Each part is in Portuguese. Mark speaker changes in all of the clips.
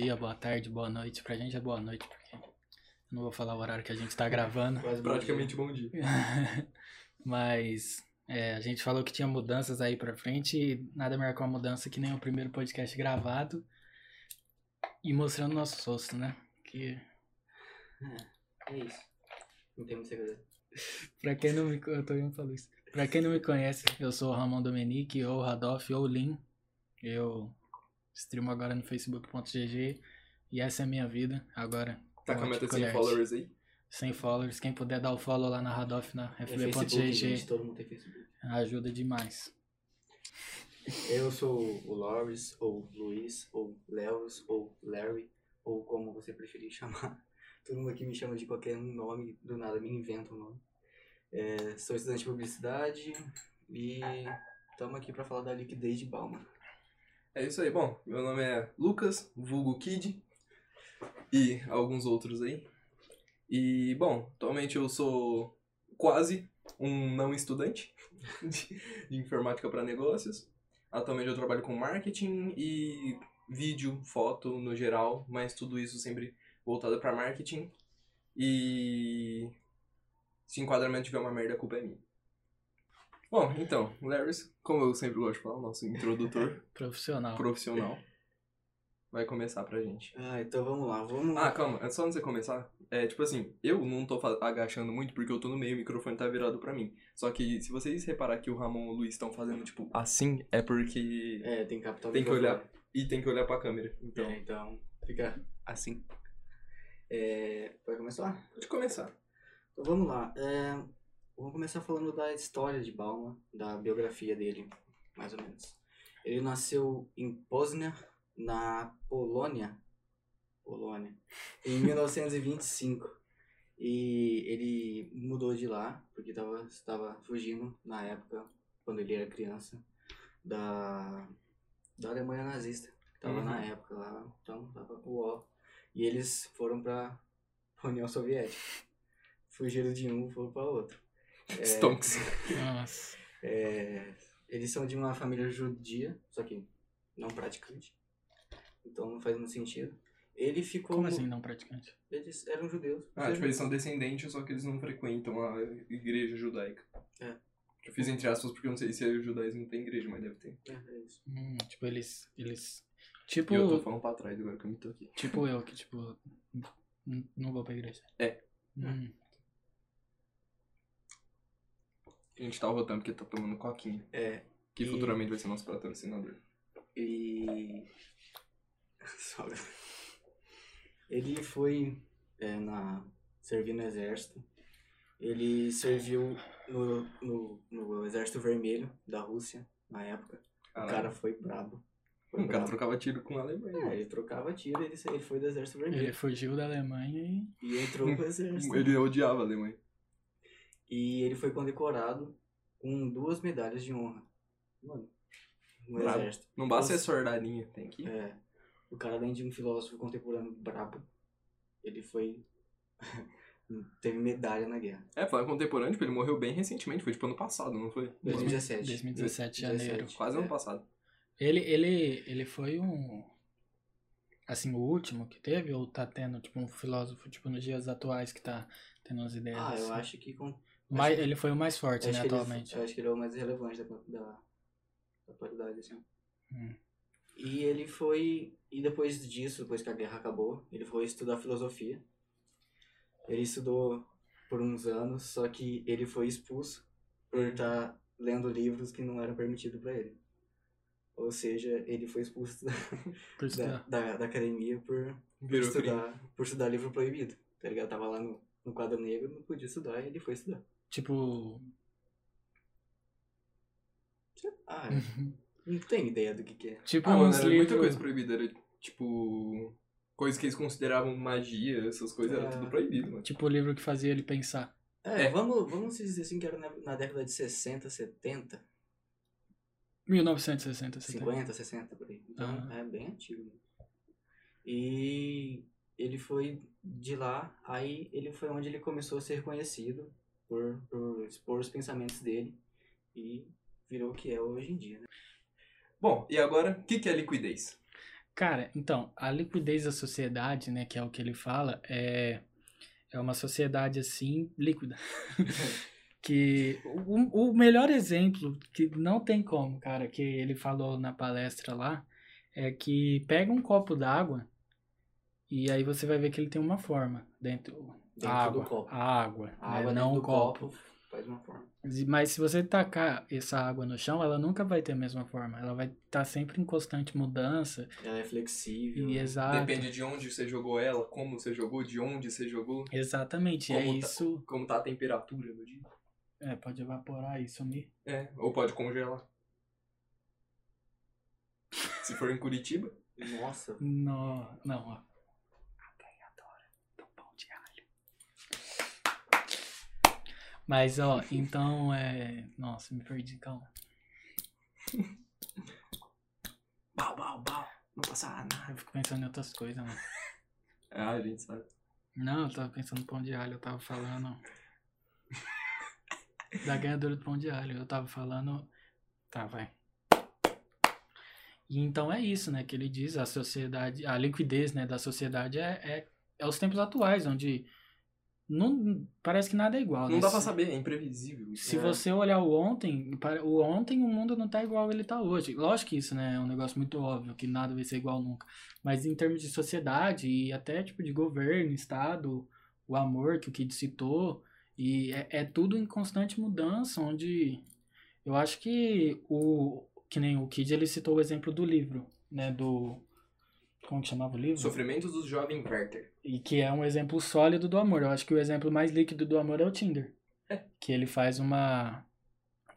Speaker 1: dia, boa tarde, boa noite. Pra gente é boa noite, porque eu não vou falar o horário que a gente tá gravando.
Speaker 2: Mas praticamente bom dia.
Speaker 1: Mas é, a gente falou que tinha mudanças aí pra frente e nada melhor que uma mudança que nem o primeiro podcast gravado e mostrando nosso rosto, né? Que
Speaker 2: É isso. Não tem muito segredo.
Speaker 1: pra quem não me... co- Eu tô indo pra luz. Pra quem não me conhece, eu sou o Ramon Domenique, ou Radolf, ou Lin. Eu streamo agora no facebook.gg e essa é a minha vida agora.
Speaker 3: Tá com a
Speaker 1: Ótimo
Speaker 3: meta de
Speaker 1: colher.
Speaker 3: 100 followers aí?
Speaker 1: 100 followers. Quem puder dar o follow lá na Radoff, na
Speaker 2: É Facebook, gente,
Speaker 1: FB.gg,
Speaker 2: todo mundo tem Facebook.
Speaker 1: ajuda demais.
Speaker 2: Eu sou o Loris, ou Luiz, ou Leos, ou Larry, ou como você preferir chamar. Todo mundo aqui me chama de qualquer um nome, do nada me inventa um nome. É, sou estudante de publicidade e estamos aqui para falar da liquidez de Bauman.
Speaker 3: É isso aí. Bom, meu nome é Lucas, vulgo Kid, e alguns outros aí. E, bom, atualmente eu sou quase um não estudante de, de informática para negócios. Atualmente eu trabalho com marketing e vídeo, foto no geral, mas tudo isso sempre voltado para marketing. E se enquadramento tiver uma merda, a culpa é minha. Bom, então, Larrys, como eu sempre gosto de falar, o nosso introdutor
Speaker 1: Profissional.
Speaker 3: profissional vai começar pra gente.
Speaker 2: Ah, então vamos lá, vamos lá.
Speaker 3: um Ah, calma, antes- só antes de você começar, é tipo assim, eu não tô fa- agachando muito porque eu tô no meio, o microfone tá virado pra mim. Só que se vocês reparar que o Ramon e o Luiz estão fazendo tipo assim, é porque.
Speaker 2: É, tem capital
Speaker 3: Tem que
Speaker 2: microfone.
Speaker 3: olhar. E tem que olhar pra câmera. Então,
Speaker 2: É, então fica assim. É, vai começar?
Speaker 3: pode começar.
Speaker 2: Então vamos lá. É, vamos começar falando da história de Bauman, da biografia dele, mais ou menos. Ele nasceu em Poznan, na Polônia, Polônia, em 1925. E ele mudou de lá, porque tava, estava fugindo, na época, quando ele era criança, da, da Alemanha nazista. Estava
Speaker 3: Uhum.
Speaker 2: na época lá, então tava com o ó. E eles foram para União Soviética. Fugiram de um, foram para outro.
Speaker 3: É, Stonks.
Speaker 1: Nossa.
Speaker 2: É, eles são de uma família judia, só que não praticante. Então não faz muito sentido. Ele ficou.
Speaker 1: Como assim não praticante?
Speaker 2: Eles eram judeus.
Speaker 3: Ah, tipo, eles são descendentes, só que eles não frequentam a igreja judaica.
Speaker 2: É.
Speaker 3: Eu fiz entre aspas porque eu não sei se o judaísmo tem igreja, mas deve ter.
Speaker 2: É, é isso.
Speaker 1: Hum, tipo, eles. eles
Speaker 3: E
Speaker 1: tipo,
Speaker 3: eu
Speaker 1: eu
Speaker 3: tô falando pra trás agora que eu me toquei.
Speaker 1: tipo eu, que tipo. n- Não vou pra igreja.
Speaker 3: É.
Speaker 1: Hum,
Speaker 3: A gente tá rotando porque tá tomando coquinha.
Speaker 2: É,
Speaker 3: Que
Speaker 2: E-
Speaker 3: futuramente vai ser nosso patrocinador.
Speaker 2: E. Sogra. Ele foi é, na. servir no exército. Ele serviu no, no, no exército vermelho da Rússia, na época. O
Speaker 3: Caralho.
Speaker 2: cara foi brabo. Foi
Speaker 3: o cara
Speaker 2: brabo.
Speaker 3: trocava tiro com a Alemanha.
Speaker 2: É, ele trocava tiro, ele, sa- ele foi do exército
Speaker 1: ele
Speaker 2: vermelho.
Speaker 1: fugiu da Alemanha e.
Speaker 2: E entrou pro exército.
Speaker 3: Ele odiava a Alemanha.
Speaker 2: E ele foi condecorado com duas medalhas de honra. Mano, no
Speaker 3: Brabo.
Speaker 2: exército.
Speaker 3: Não basta ser
Speaker 2: Nossa.
Speaker 3: sordadinha, tem que.
Speaker 2: É, o cara, além de um filósofo contemporâneo brabo, ele foi. teve medalha na guerra.
Speaker 3: É, falar contemporâneo, tipo, ele morreu bem recentemente, foi tipo ano passado, não foi?
Speaker 2: 2017.
Speaker 1: 2017, janeiro.
Speaker 3: Quase
Speaker 2: é.
Speaker 3: ano passado.
Speaker 1: Ele, ele, ele foi um. Assim, o último que teve? Ou tá tendo, tipo, um filósofo, tipo, nos dias atuais que tá tendo as ideias?
Speaker 2: Ah, eu
Speaker 1: assim?
Speaker 2: acho que. Com,
Speaker 1: Mas ele foi o mais forte, né,
Speaker 2: acho que
Speaker 1: atualmente.
Speaker 2: Ele, eu acho que ele é o mais relevante da, da, da atualidade, assim.
Speaker 1: Hum.
Speaker 2: E ele foi. E depois disso, depois que a guerra acabou, ele foi estudar filosofia. Ele estudou por uns anos, só que ele foi expulso por estar lendo livros que não eram permitidos para ele. Ou seja, ele foi expulso da,
Speaker 1: Por isso
Speaker 2: da, da- da academia por
Speaker 3: Virou crime.
Speaker 2: estudar, por estudar livro proibido. Tá ligado? Tava lá no, no quadro negro, não podia estudar, e ele foi estudar.
Speaker 1: Tipo.
Speaker 2: Ah,
Speaker 1: Hum.
Speaker 2: não tenho ideia do que, que é.
Speaker 1: tipo,
Speaker 3: Ah, mano,
Speaker 1: uns
Speaker 3: era
Speaker 1: livros.
Speaker 3: muita coisa proibida. Era tipo. Coisas que eles consideravam magia, essas coisas, era
Speaker 2: É.
Speaker 3: tudo proibido, mano.
Speaker 1: Tipo o livro que fazia ele pensar.
Speaker 2: É,
Speaker 3: É.
Speaker 2: Vamos, vamos dizer assim que era na, na década de 60, 70,
Speaker 1: 1960, 70.
Speaker 2: 50, 60, por aí. Então
Speaker 1: Aham.
Speaker 2: é bem antigo. E ele foi de lá, aí ele foi onde ele começou a ser conhecido por, por expor os pensamentos dele e virou o que é hoje em dia, né?
Speaker 3: Bom, e agora, o que, que é liquidez?
Speaker 1: Cara, então, a liquidez da sociedade, né, que é o que ele fala, é, é uma sociedade assim, líquida. que o, o melhor exemplo, que não tem como, cara, que ele falou na palestra lá, é que pega um copo d'água e aí você vai ver que ele tem uma forma dentro.
Speaker 2: Dentro
Speaker 1: a água,
Speaker 2: do copo.
Speaker 1: A água,
Speaker 2: A
Speaker 1: né,
Speaker 2: água
Speaker 1: não
Speaker 2: dentro
Speaker 1: o
Speaker 2: do
Speaker 1: copo.
Speaker 2: copo. Faz uma forma.
Speaker 1: Mas se você tacar essa água no chão, ela nunca vai ter a mesma forma. Ela vai estar sempre em constante mudança.
Speaker 2: Ela é flexível.
Speaker 1: E exato.
Speaker 3: Hum,
Speaker 2: tá.
Speaker 3: Depende de onde você jogou ela, como você jogou, de onde você jogou,
Speaker 1: Exatamente. é
Speaker 3: Como tá-
Speaker 1: isso.
Speaker 3: como tá a temperatura do dia.
Speaker 1: É, pode evaporar e sumir.
Speaker 3: É, ou pode congelar. Se for em Curitiba,
Speaker 2: Nossa.
Speaker 1: Não, não, ó. Ai, adora. Tão bom de alho. Mas, ó, então é. Nossa, me perdi, calma.
Speaker 3: bau, bau, bau, não passa nada.
Speaker 1: Eu fico pensando em outras coisas, mano.
Speaker 3: Ah, a gente sabe.
Speaker 1: Não, eu tava pensando no pão de alho, eu tava falando. da ganhadora do pão de alho, eu tava falando. Tá, vai. E então é isso, né? Que ele diz, a sociedade, a liquidez né, da sociedade é, é, é os tempos atuais, onde não, parece que nada é igual.
Speaker 3: Não
Speaker 1: né?
Speaker 3: dá pra
Speaker 1: Se-
Speaker 3: saber, é imprevisível. então,
Speaker 1: se
Speaker 2: É.
Speaker 1: você olhar o ontem, para o ontem o mundo não tá igual ele tá hoje. Lógico que isso, né, é um negócio muito óbvio, que nada vai ser igual nunca. Mas em termos de sociedade e até tipo de governo, estado, o amor que o Kid citou, e é, é tudo em constante mudança, onde eu acho que o que nem o Kid ele citou o exemplo do livro, né, do como que chamava o livro?
Speaker 3: né? Sofrimentos do jovem Werther.
Speaker 1: E que é um exemplo sólido do amor. Eu acho que o exemplo mais líquido do amor é o Tinder.
Speaker 3: É.
Speaker 1: Que ele faz uma,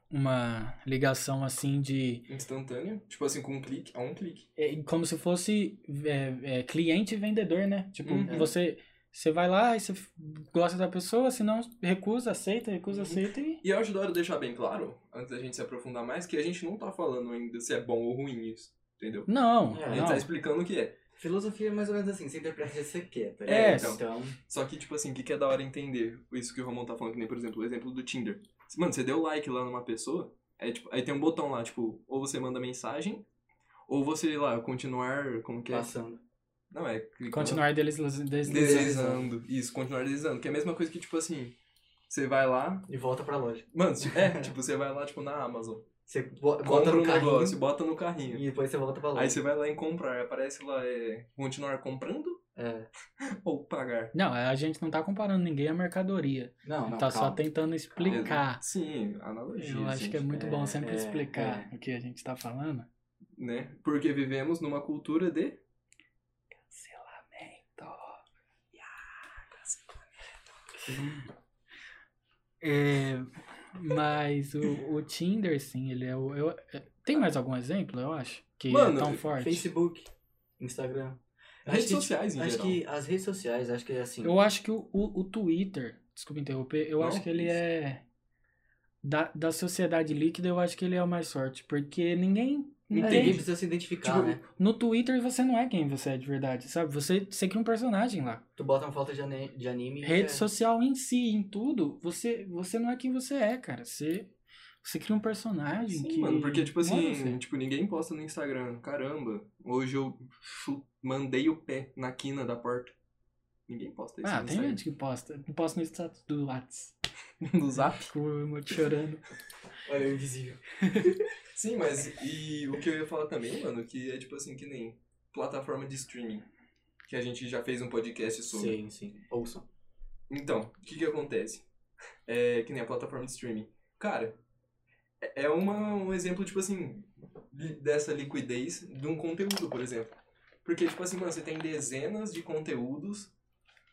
Speaker 1: uma ligação assim de.
Speaker 3: Instantâneo. Tipo assim, com um clique, a um clique.
Speaker 1: é como se fosse é, é, cliente e vendedor, né? Tipo,
Speaker 3: Uhum.
Speaker 1: você, você vai lá e você f- gosta da pessoa, se não, recusa, aceita, recusa,
Speaker 3: Uhum.
Speaker 1: aceita e.
Speaker 3: E eu acho da hora deixar bem claro, antes da gente se aprofundar mais, que a gente não tá falando ainda se é bom ou ruim isso. Entendeu?
Speaker 1: Não,
Speaker 2: É,
Speaker 3: A gente
Speaker 1: não.
Speaker 3: tá explicando o que é.
Speaker 2: Filosofia é mais ou menos assim, você interpreta o que você quer, tá
Speaker 1: É,
Speaker 2: ligado? então.
Speaker 3: Só que, tipo assim, o que, que é da hora entender? Isso que o Ramon tá falando, que nem, por exemplo, o exemplo do Tinder. Mano, você deu like lá numa pessoa, aí, tipo, aí tem um botão lá, tipo, ou você manda mensagem, ou você, sei lá, continuar, como que é?
Speaker 2: Passando.
Speaker 3: Não, é clicando.
Speaker 1: Continuar deles deslizando.
Speaker 3: Deslizando. Isso, continuar deslizando. Que é a mesma coisa que, tipo assim, você vai lá...
Speaker 2: E volta pra loja.
Speaker 3: Mano, é, tipo, você vai lá, tipo, na Amazon.
Speaker 2: Você bo- bota
Speaker 3: Compra
Speaker 2: no
Speaker 3: um
Speaker 2: carrinho
Speaker 3: negócio, bota no carrinho.
Speaker 2: e depois você volta pra loja.
Speaker 3: Aí você vai lá em comprar, aparece lá, é, continuar comprando
Speaker 2: É.
Speaker 3: ou pagar?
Speaker 1: Não, a gente não tá comparando ninguém à mercadoria.
Speaker 2: Não, não.
Speaker 1: tá só
Speaker 2: calma.
Speaker 1: tentando explicar.
Speaker 3: Sim, analogia.
Speaker 1: Eu acho
Speaker 3: gente,
Speaker 1: que é muito bom sempre
Speaker 2: é,
Speaker 1: explicar o que a gente tá falando.
Speaker 3: Né? Porque vivemos numa cultura de.
Speaker 1: Cancelamento. É, mas o, o Tinder, sim, ele é o. eu- é- tem mais algum exemplo, eu acho? Que
Speaker 3: Mano,
Speaker 1: é tão forte.
Speaker 2: Facebook, Instagram.
Speaker 3: Redes
Speaker 2: acho que, tipo,
Speaker 3: sociais, em
Speaker 2: acho
Speaker 3: geral.
Speaker 2: que as redes sociais, acho que é assim.
Speaker 1: Eu acho que o, o, o Twitter, desculpa interromper, eu
Speaker 3: Não,
Speaker 1: acho que ele
Speaker 3: isso.
Speaker 1: é. Da, da sociedade líquida, eu acho que ele é o mais forte. Porque ninguém.
Speaker 2: Ninguém
Speaker 1: Entende.
Speaker 2: precisa se identificar,
Speaker 1: Tipo,
Speaker 2: né?
Speaker 1: No Twitter você não é quem você é de verdade, sabe? Você, você cria um personagem lá.
Speaker 2: Tu bota uma foto de, ane- de anime.
Speaker 1: Rede
Speaker 2: é.
Speaker 1: social em si, em tudo, você, você não é quem você é, cara. Você, você cria um personagem
Speaker 3: Sim,
Speaker 1: que.
Speaker 3: mano, porque, tipo
Speaker 1: não é
Speaker 3: assim,
Speaker 1: você.
Speaker 3: tipo, ninguém posta no Instagram. Caramba, hoje eu chu- mandei o pé na quina da porta. Ninguém posta isso
Speaker 1: Ah,
Speaker 3: no
Speaker 1: tem
Speaker 3: Instagram.
Speaker 1: gente que posta. Que posta no status do Whats.
Speaker 3: no zap.
Speaker 1: Fico muito chorando.
Speaker 2: Olha,
Speaker 3: é
Speaker 2: o invisível.
Speaker 3: Sim, mas e o que eu ia falar também, mano, que é tipo assim, que nem plataforma de streaming. Que a gente já fez um podcast sobre.
Speaker 2: Sim, sim. Ouçam.
Speaker 3: Então, o que que acontece? É que nem a plataforma de streaming. Cara, é- é uma, um exemplo, tipo assim, de- dessa liquidez de um conteúdo, por exemplo. Porque, tipo assim, mano, você tem dezenas de conteúdos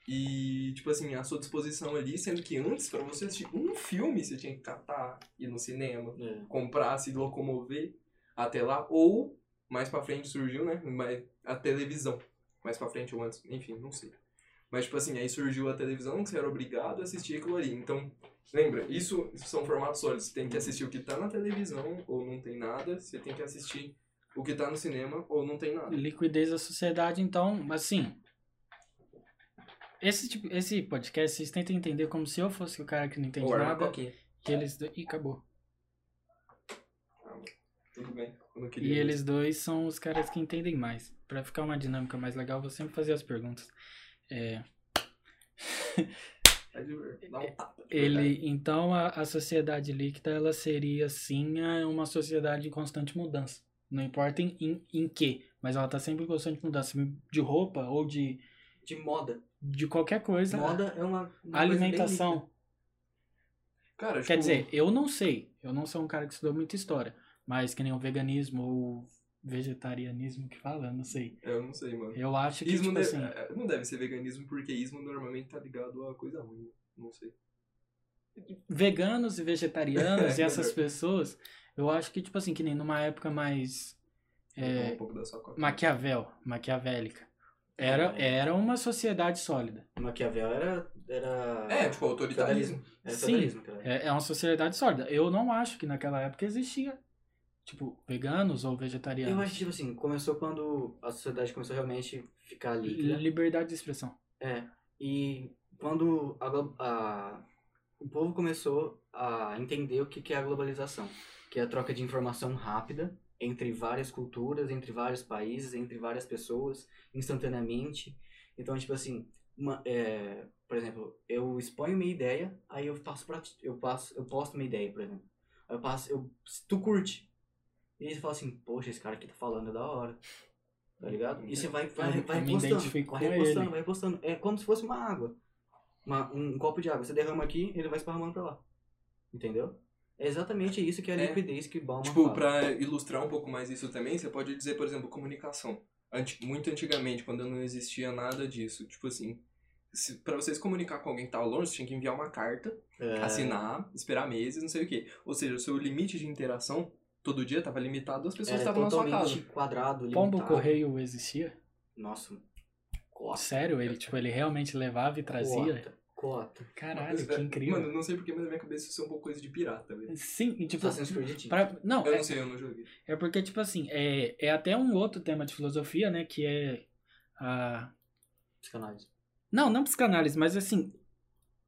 Speaker 3: e, tipo assim, à sua disposição ali, sendo que antes, pra você assistir um filme, você tinha que catar, ir no cinema,
Speaker 2: É.
Speaker 3: comprar, se locomover até lá, ou mais pra frente surgiu, né? mais- A televisão. Mais pra frente ou antes, enfim, não sei. Mas, tipo assim, aí surgiu a televisão, que você era obrigado a assistir aquilo ali. Então, lembra, isso são formatos sólidos. Você tem que assistir o que tá na televisão, ou não tem nada. Você tem que assistir o que tá no cinema, ou não tem nada.
Speaker 1: Liquidez da sociedade, então, assim. Esse, tipo, esse podcast, vocês tentam entender como se eu fosse o
Speaker 3: um
Speaker 1: cara que não entende
Speaker 3: Ou arma
Speaker 1: nada.
Speaker 3: coquinha.
Speaker 1: E eles. E acabou.
Speaker 3: Tudo bem. Eu não queria.
Speaker 1: E eles dois são os caras que entendem mais. Pra ficar uma dinâmica mais legal, eu vou sempre fazer as perguntas. É,
Speaker 3: É de ver- Dá um tapa. de verdade.
Speaker 1: ele, então a, a sociedade líquida ela seria sim a- uma sociedade em constante mudança. Não importa em, em, em que, mas ela tá sempre em constante mudança de roupa ou de,
Speaker 2: De moda.
Speaker 1: de qualquer coisa.
Speaker 2: Moda é uma. uma
Speaker 1: alimentação.
Speaker 2: coisa
Speaker 3: Cara,
Speaker 1: Quer
Speaker 3: tipo,
Speaker 1: dizer, eu não sei. Eu não sou um cara que estudou muita história. Mas que nem o veganismo ou vegetarianismo que fala, eu não sei.
Speaker 3: Eu não sei, mano.
Speaker 1: Eu acho que,
Speaker 3: Ismo
Speaker 1: tipo
Speaker 3: deve-
Speaker 1: assim.
Speaker 3: é, não deve ser veganismo, porque ismo normalmente tá ligado a coisa ruim. né? Não sei.
Speaker 1: veganos e vegetarianos e essas pessoas, eu acho que, tipo assim, que nem numa época mais
Speaker 3: Vou
Speaker 1: É,
Speaker 3: tomar um pouco da sua coca.
Speaker 1: maquiavel, maquiavélica,
Speaker 2: Ah.
Speaker 1: era, era uma sociedade sólida.
Speaker 2: bem líquida. Maquiavel era. Era.
Speaker 3: É, tipo, autoritarismo.
Speaker 2: Era
Speaker 1: Sim.
Speaker 2: feudalismo, cara.
Speaker 1: É, é uma sociedade sólida. Eu não acho que naquela época existia, tipo, veganos ou
Speaker 2: Eu
Speaker 1: vegetarianos.
Speaker 2: acho que, tipo assim, começou quando a sociedade começou realmente a ficar líquida.
Speaker 1: Liberdade de expressão.
Speaker 2: É. E quando a, glo- a- o povo começou a entender o que, que é a globalização, que é a troca de informação rápida entre várias culturas, entre vários países, entre várias pessoas, instantaneamente. Então, tipo assim, uma- é, por exemplo, eu exponho minha ideia, aí eu passo pra, ti- eu passo, eu posto minha ideia, por exemplo. Aí eu passo, eu, se tu curte. E aí você fala assim, poxa, esse cara aqui tá falando é da hora. Tá ligado? E você vai, vai,
Speaker 1: Eu-
Speaker 2: vai
Speaker 1: eu me
Speaker 2: repostando,
Speaker 1: identifico
Speaker 2: vai
Speaker 1: com
Speaker 2: repostando,
Speaker 1: ele.
Speaker 2: vai repostando. É como se fosse uma água. Uma- um copo de água. Você derrama aqui, ele vai esparramando pra lá. Entendeu? É exatamente isso que é a
Speaker 3: É.
Speaker 2: liquidez que o Bauman
Speaker 3: Tipo,
Speaker 2: fala.
Speaker 3: pra ilustrar um pouco mais isso também, você pode dizer, por exemplo, comunicação. Anti- muito antigamente, quando não existia nada disso. Tipo assim, se, pra você se comunicar com alguém que tá longe, você tinha que enviar uma carta,
Speaker 2: É,
Speaker 3: assinar, esperar meses, não sei o quê. Ou seja, o seu limite de interação todo dia tava limitado às
Speaker 2: era
Speaker 3: pessoas que estavam na sua
Speaker 2: É, totalmente
Speaker 3: casa.
Speaker 2: quadrado, limitado.
Speaker 1: Pombo Correio existia?
Speaker 2: Nossa. Cota.
Speaker 1: Sério? Ele, tipo, ele realmente levava e trazia?
Speaker 2: Cota. Cota.
Speaker 1: Caralho,
Speaker 2: é,
Speaker 1: que incrível.
Speaker 3: É, Mano, não sei porque, mas na minha cabeça isso é um pouco coisa de pirata, velho.
Speaker 1: Sim, e tipo...
Speaker 2: Assassin's Creed tinha.
Speaker 1: Pra, não,
Speaker 3: Eu
Speaker 1: é,
Speaker 3: não sei, eu não joguei.
Speaker 1: É porque, tipo assim, é, é até um outro tema de filosofia, né? Que é a.
Speaker 2: Psicanálise.
Speaker 1: Não, não psicanálise, mas assim,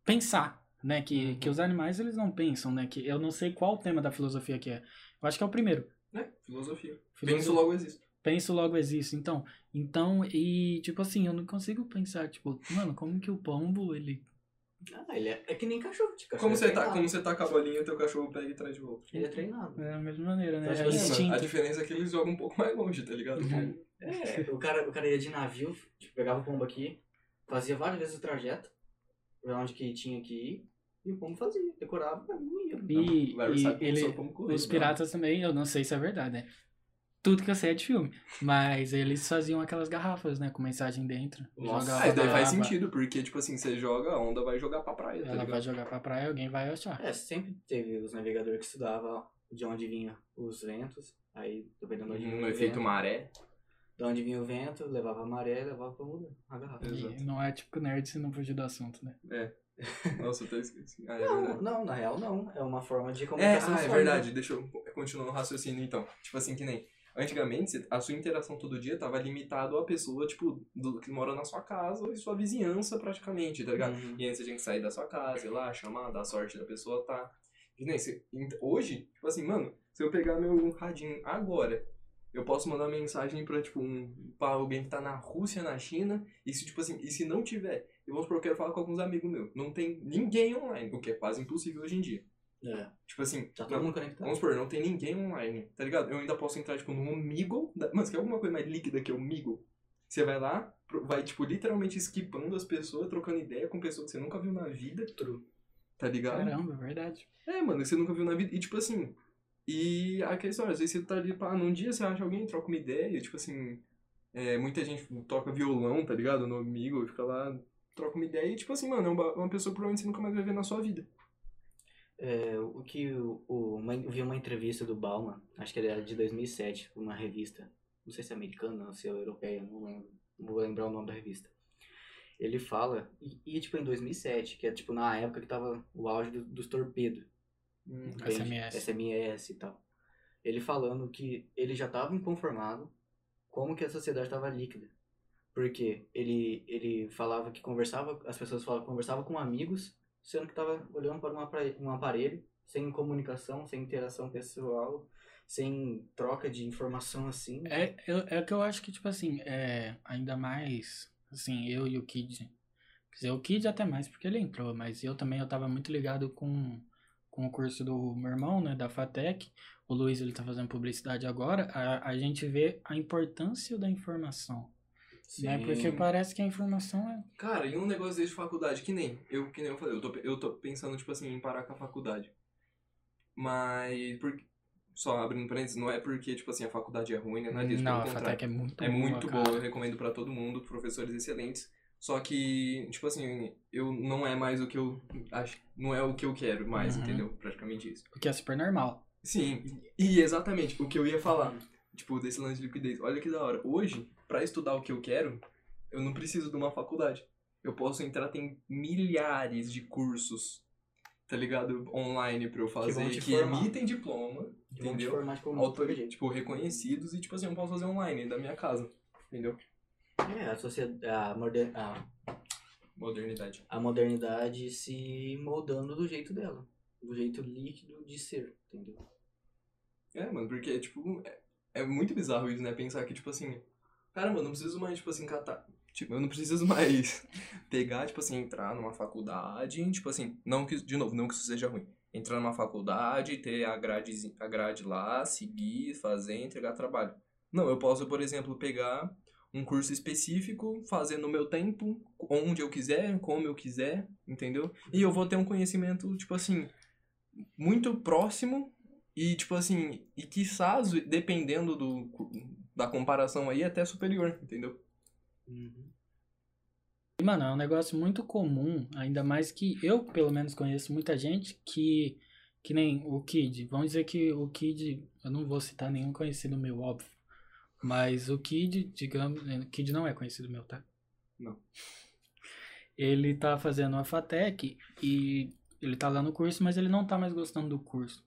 Speaker 1: pensar, né? Que,
Speaker 3: Uhum.
Speaker 1: que os animais eles não pensam, né? Que eu não sei qual o tema da filosofia que é. Eu acho que é o primeiro.
Speaker 3: Né? Filosofia.
Speaker 1: Filoso-
Speaker 3: Penso logo existe.
Speaker 1: Penso logo existo. Então, então, e tipo assim, eu não consigo pensar, tipo, mano, como que o pombo, ele.
Speaker 2: Ah, ele é, é que nem cachorro. de Cachorro
Speaker 3: Como
Speaker 2: é
Speaker 3: você, tá,
Speaker 2: treinado.
Speaker 3: como você tá com a bolinha, teu cachorro pega e traz de volta.
Speaker 2: Ele é treinado.
Speaker 1: É da mesma maneira, né?
Speaker 2: Mas,
Speaker 1: É
Speaker 2: tipo
Speaker 1: o
Speaker 2: assim, mano,
Speaker 1: instinto.
Speaker 3: A diferença é que eles jogam um pouco mais longe, tá ligado?
Speaker 1: Uhum.
Speaker 2: É, o cara, o cara ia de navio, tipo, pegava o pombo aqui, fazia várias vezes o trajeto, pra onde que tinha que ir, e o pombo fazia, decorava e ia.
Speaker 1: E,
Speaker 3: Vai
Speaker 1: e
Speaker 3: sabe como
Speaker 1: ele,
Speaker 3: são, como correr,
Speaker 1: Os
Speaker 3: né?
Speaker 1: piratas também, eu não sei se é verdade, né? Tudo que eu sei é de filme. Mas eles faziam aquelas garrafas, né? Com mensagem dentro.
Speaker 2: Nossa,
Speaker 1: Jogava
Speaker 3: Ah, isso daí
Speaker 1: pra
Speaker 3: faz
Speaker 1: água,
Speaker 3: sentido, porque, tipo assim, você joga, a onda vai jogar pra praia, tá
Speaker 1: Ela vai
Speaker 3: ligado?
Speaker 1: jogar pra praia, alguém vai achar.
Speaker 2: É, sempre teve os navegadores que estudavam de onde vinha os ventos, aí dependendo de onde vinha
Speaker 3: Uhum, No
Speaker 2: o
Speaker 3: Hum, efeito
Speaker 1: né?
Speaker 2: vento,
Speaker 3: maré.
Speaker 2: de onde vinha o vento, levava a maré, levava pra mudar a garrafa.
Speaker 1: E
Speaker 3: Exato.
Speaker 1: não é tipo nerd se não fugir do assunto, né?
Speaker 3: Nossa, eu até esqueci. Ah, é
Speaker 2: Não,
Speaker 3: verdade.
Speaker 2: não, na real não, é uma forma de
Speaker 3: É,
Speaker 2: comunicação. né?
Speaker 3: ah, é
Speaker 1: né?
Speaker 2: sólida.
Speaker 3: verdade. Deixa eu continuar o raciocínio, então. Tipo assim, que nem... Antigamente, você- a sua interação todo dia tava limitado à pessoa, tipo, do- que mora na sua casa e sua vizinhança, praticamente, tá ligado?
Speaker 2: Uhum.
Speaker 3: E aí você tinha que sair da sua casa, ir lá, chamar, dar sorte da pessoa, tá? E nem se, ent- hoje, tipo assim, mano, se eu pegar meu radinho agora, eu posso mandar mensagem pra, tipo, um, pra alguém que tá na Rússia, na China, e se, tipo assim, e se não tiver, eu vou supor, eu quero falar com alguns amigos meus. Não tem ninguém online, o que é quase impossível hoje em dia.
Speaker 2: É,
Speaker 3: Tipo assim,
Speaker 2: tá todo
Speaker 3: não,
Speaker 2: mundo conectado.
Speaker 3: vamos supor, não tem ninguém online, tá ligado? Eu ainda posso entrar, tipo, num Omegle, da- mano, você quer alguma coisa mais líquida que o Omegle? Você vai lá, pro- vai, tipo, literalmente esquipando as pessoas, trocando ideia com pessoas que você nunca viu na vida,
Speaker 2: True.
Speaker 3: tá ligado?
Speaker 1: Caramba, é verdade.
Speaker 3: É, mano, que você nunca viu na vida. E tipo assim. E aquela história, às vezes você tá ali, pá, num dia você acha alguém, troca uma ideia, tipo assim. é, muita gente toca violão, tá ligado? No amigo, fica lá, troca uma ideia e, tipo assim, mano, é uma, uma pessoa que provavelmente você nunca mais vai ver na sua vida.
Speaker 2: É, o que o, o, uma, eu vi uma entrevista do Bauman, acho que ele era de 2007, uma revista, não sei se é americana ou se é europeia, não lembro, não vou lembrar o nome da revista. Ele fala, e, e, tipo em 2007, que é tipo na época que tava o auge do- dos torpedos, Hum.
Speaker 1: SMS.
Speaker 2: SMS e tal. Ele falando que ele já tava inconformado como que a sociedade tava líquida. Porque ele, ele falava que conversava, as pessoas falavam que conversava com amigos, sendo que tava olhando para um apare- um aparelho, sem comunicação, sem interação pessoal, sem troca de informação assim.
Speaker 1: É, é, é que eu acho que, tipo assim, é, ainda mais, assim, eu e o Kid. Quer dizer, o Kid até mais, porque ele entrou, mas eu também, eu tava muito ligado com, com o curso do meu irmão, né, da FATEC. O Luiz, ele tá fazendo publicidade agora. A, a gente vê a importância da informação, né? Porque
Speaker 3: Sim.
Speaker 1: parece que a informação é...
Speaker 3: Cara, e um negócio desde faculdade, que nem eu, que nem eu falei, eu tô, pe- eu tô pensando, tipo assim, em parar com a faculdade. Mas, por, só abrindo parênteses, não é porque, tipo assim, a faculdade é ruim, né? Não é disso,
Speaker 1: Não, a
Speaker 3: pelo contrário.
Speaker 1: FATEC é muito
Speaker 3: É muito
Speaker 1: boa,
Speaker 3: boa,
Speaker 1: cara.
Speaker 3: eu recomendo pra todo mundo, professores excelentes. Só que, tipo assim, eu não é mais o que eu acho, não é o que eu quero mais,
Speaker 1: Uhum.
Speaker 3: entendeu? Praticamente isso.
Speaker 1: O que é super normal.
Speaker 3: Sim, e exatamente o que eu ia falar, tipo, desse lance de liquidez. Olha que da hora. Hoje, pra estudar o que eu quero, eu não preciso de uma faculdade. Eu posso entrar tem milhares de cursos, tá ligado? Online pra eu fazer
Speaker 2: te
Speaker 3: que
Speaker 2: formar.
Speaker 3: emitem diploma,
Speaker 2: Que vão te
Speaker 3: entendeu?
Speaker 2: formar, tipo, um
Speaker 3: Autor,
Speaker 2: monte de gente.
Speaker 3: tipo, reconhecidos e tipo assim, eu posso fazer online da minha casa, entendeu?
Speaker 2: É, a sociedade, a, moder- a,
Speaker 3: Modernidade.
Speaker 2: a modernidade se moldando do jeito dela. Do jeito líquido de ser, entendeu?
Speaker 3: É, mano, porque, tipo, é, é muito bizarro isso, né? Pensar que, tipo assim, caramba, eu não preciso mais, tipo assim, catar. Tipo, eu não preciso mais pegar, tipo assim, entrar numa faculdade, tipo assim, não que, de novo, não que isso seja ruim. Entrar numa faculdade, ter a grade, a grade lá, seguir, fazer, entregar trabalho. Não, eu posso, por exemplo, pegar um curso específico, fazer no meu tempo, onde eu quiser, como eu quiser, entendeu? E eu vou ter um conhecimento, tipo assim, muito próximo e, tipo assim, e quiçá, zo- dependendo do, da comparação aí, até superior, entendeu? Uhum.
Speaker 1: E, mano, é um negócio muito comum, ainda mais que eu, pelo menos, conheço muita gente que, que nem o Kid. Vamos dizer que o Kid, eu não vou citar nenhum conhecido meu, óbvio. Mas o Kid, digamos, o Kid não é conhecido meu, tá?
Speaker 3: Não.
Speaker 1: Ele tá fazendo a FATEC e ele tá lá no curso, mas ele não tá mais gostando do curso.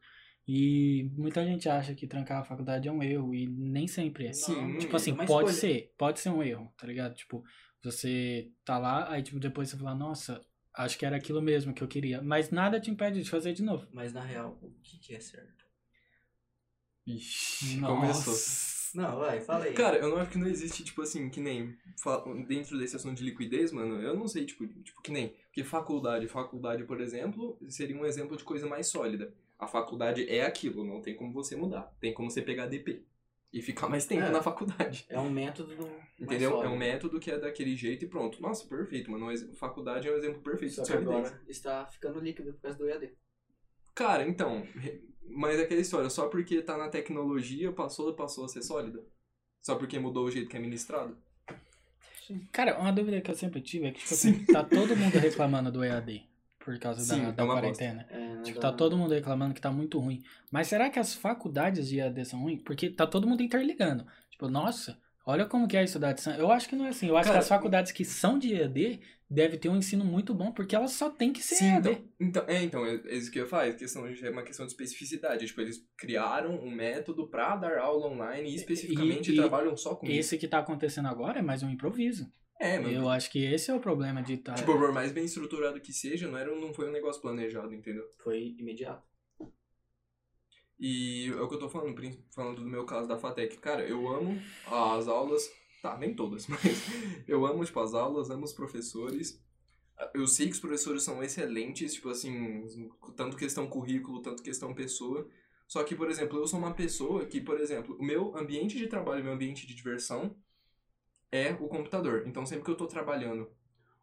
Speaker 1: E muita gente acha que trancar a faculdade é um erro, e nem sempre é.
Speaker 3: Sim,
Speaker 1: Tipo assim,
Speaker 2: é uma
Speaker 1: pode
Speaker 2: escolha.
Speaker 1: ser, pode ser um erro, tá ligado? Tipo, você tá lá, aí tipo, depois você fala, nossa, acho que era aquilo mesmo que eu queria. Mas nada te impede de fazer de novo.
Speaker 2: Mas na real, o que, que é certo?
Speaker 3: Ixi,
Speaker 2: Não, vai, fala aí.
Speaker 3: Cara, eu não acho que não existe, tipo assim, que nem fa- dentro desse assunto de liquidez, mano, eu não sei, tipo, tipo, que nem. Porque faculdade, faculdade, por exemplo, seria um exemplo de coisa mais sólida. A faculdade é aquilo, não tem como você mudar. Tem como você pegar DP e ficar mais tempo
Speaker 2: É.
Speaker 3: na faculdade.
Speaker 2: é um método do.
Speaker 3: Entendeu?
Speaker 2: mais
Speaker 3: É um
Speaker 2: sólido.
Speaker 3: método que é daquele jeito e pronto. Nossa, perfeito, mano. Um ex- Faculdade é um exemplo perfeito
Speaker 2: Só
Speaker 3: de
Speaker 2: que
Speaker 3: solidez.
Speaker 2: agora está ficando líquido por causa do EAD.
Speaker 3: Cara, então, re- mas é aquela história, só porque tá na tecnologia, passou, passou a ser sólida? Só porque mudou o jeito que é ministrado?
Speaker 1: Cara, uma dúvida que eu sempre tive é que, tipo
Speaker 3: Sim.
Speaker 1: assim, tá todo mundo reclamando do EAD por causa
Speaker 3: Sim,
Speaker 1: da,
Speaker 3: é
Speaker 1: da
Speaker 3: uma
Speaker 1: quarentena.
Speaker 2: É,
Speaker 1: Tipo,
Speaker 2: da-
Speaker 1: tá todo mundo reclamando que tá muito ruim. Mas será que as faculdades de EAD são ruins? Porque tá todo mundo interligando. Tipo, nossa, olha como que é estudar de san... Eu acho que não é assim. Eu acho
Speaker 3: Cara,
Speaker 1: que as faculdades que são de EAD devem ter um ensino muito bom, porque elas só têm que ser EAD.
Speaker 3: então, então, é, então, é é isso que eu falo, é questão de- é uma questão de especificidade. Tipo, eles criaram um método pra dar aula online e especificamente
Speaker 1: e-
Speaker 3: trabalham só com isso.
Speaker 1: Esse que tá acontecendo agora é mais um improviso.
Speaker 3: É, mano.
Speaker 1: Eu acho que esse é o problema de tá.
Speaker 3: Tipo, por mais bem estruturado que seja, não, era, um- não foi um negócio planejado, entendeu?
Speaker 2: Foi imediato.
Speaker 3: E é o que eu tô falando, prin- falando do meu caso da FATEC. Cara, eu amo as aulas, tá, nem todas, mas eu amo, tipo, as aulas, amo os professores. Eu sei que os professores são excelentes, tipo assim, tanto questão currículo, tanto questão pessoa. Só que, por exemplo, eu sou uma pessoa que, por exemplo, o meu ambiente de trabalho, meu ambiente de diversão é o computador. Então, sempre que eu tô trabalhando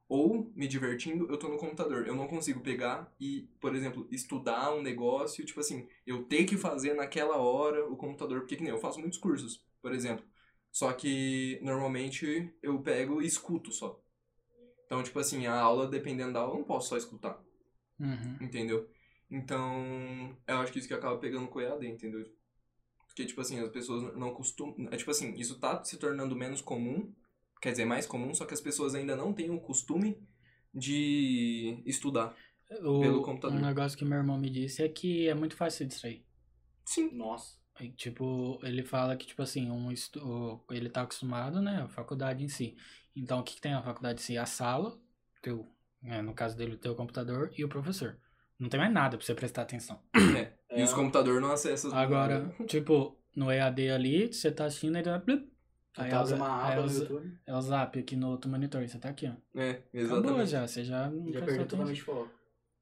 Speaker 3: ou me divertindo, eu tô no computador. Eu não consigo pegar e, por exemplo, estudar um negócio, tipo assim, eu ter que fazer naquela hora o computador, porque que nem eu faço muitos cursos, por exemplo. Só que normalmente eu pego e escuto só. Então, tipo assim, a aula, dependendo da aula, eu não posso só escutar,
Speaker 1: Uhum.
Speaker 3: entendeu? Então, eu acho que isso que acaba pegando com o EAD, entendeu? Porque, tipo assim, as pessoas não costumam. É, tipo assim, isso tá se tornando menos comum, quer dizer, mais comum, só que as pessoas ainda não têm o costume de estudar.
Speaker 1: O-
Speaker 3: Pelo computador.
Speaker 1: Um negócio que meu irmão me disse é que é muito fácil se distrair.
Speaker 3: Sim.
Speaker 2: Nossa.
Speaker 1: E, Tipo, ele fala que, tipo assim, um estu... ele tá acostumado, né? A faculdade em si. Então, o que, que tem a faculdade em si? A sala, teu, né, no caso dele, o teu computador e o professor. Não tem mais nada pra você prestar atenção.
Speaker 3: É, E os
Speaker 2: É,
Speaker 3: computadores não acessam.
Speaker 1: Agora,
Speaker 3: Uhum.
Speaker 1: tipo, no EAD ali, você tá assistindo, ele vai... plup.
Speaker 2: tu
Speaker 1: Aí
Speaker 2: tá
Speaker 1: é o,
Speaker 2: abrindo uma
Speaker 1: za- é,
Speaker 2: aba
Speaker 1: o,
Speaker 2: no
Speaker 1: za-
Speaker 2: YouTube,
Speaker 1: é o zap aqui no outro monitor, você tá aqui, ó.
Speaker 3: É,
Speaker 1: Acabou
Speaker 3: exatamente.
Speaker 1: já, você já não tá
Speaker 2: já
Speaker 1: prestou
Speaker 2: perdeu
Speaker 1: atenção.
Speaker 2: totalmente o foco.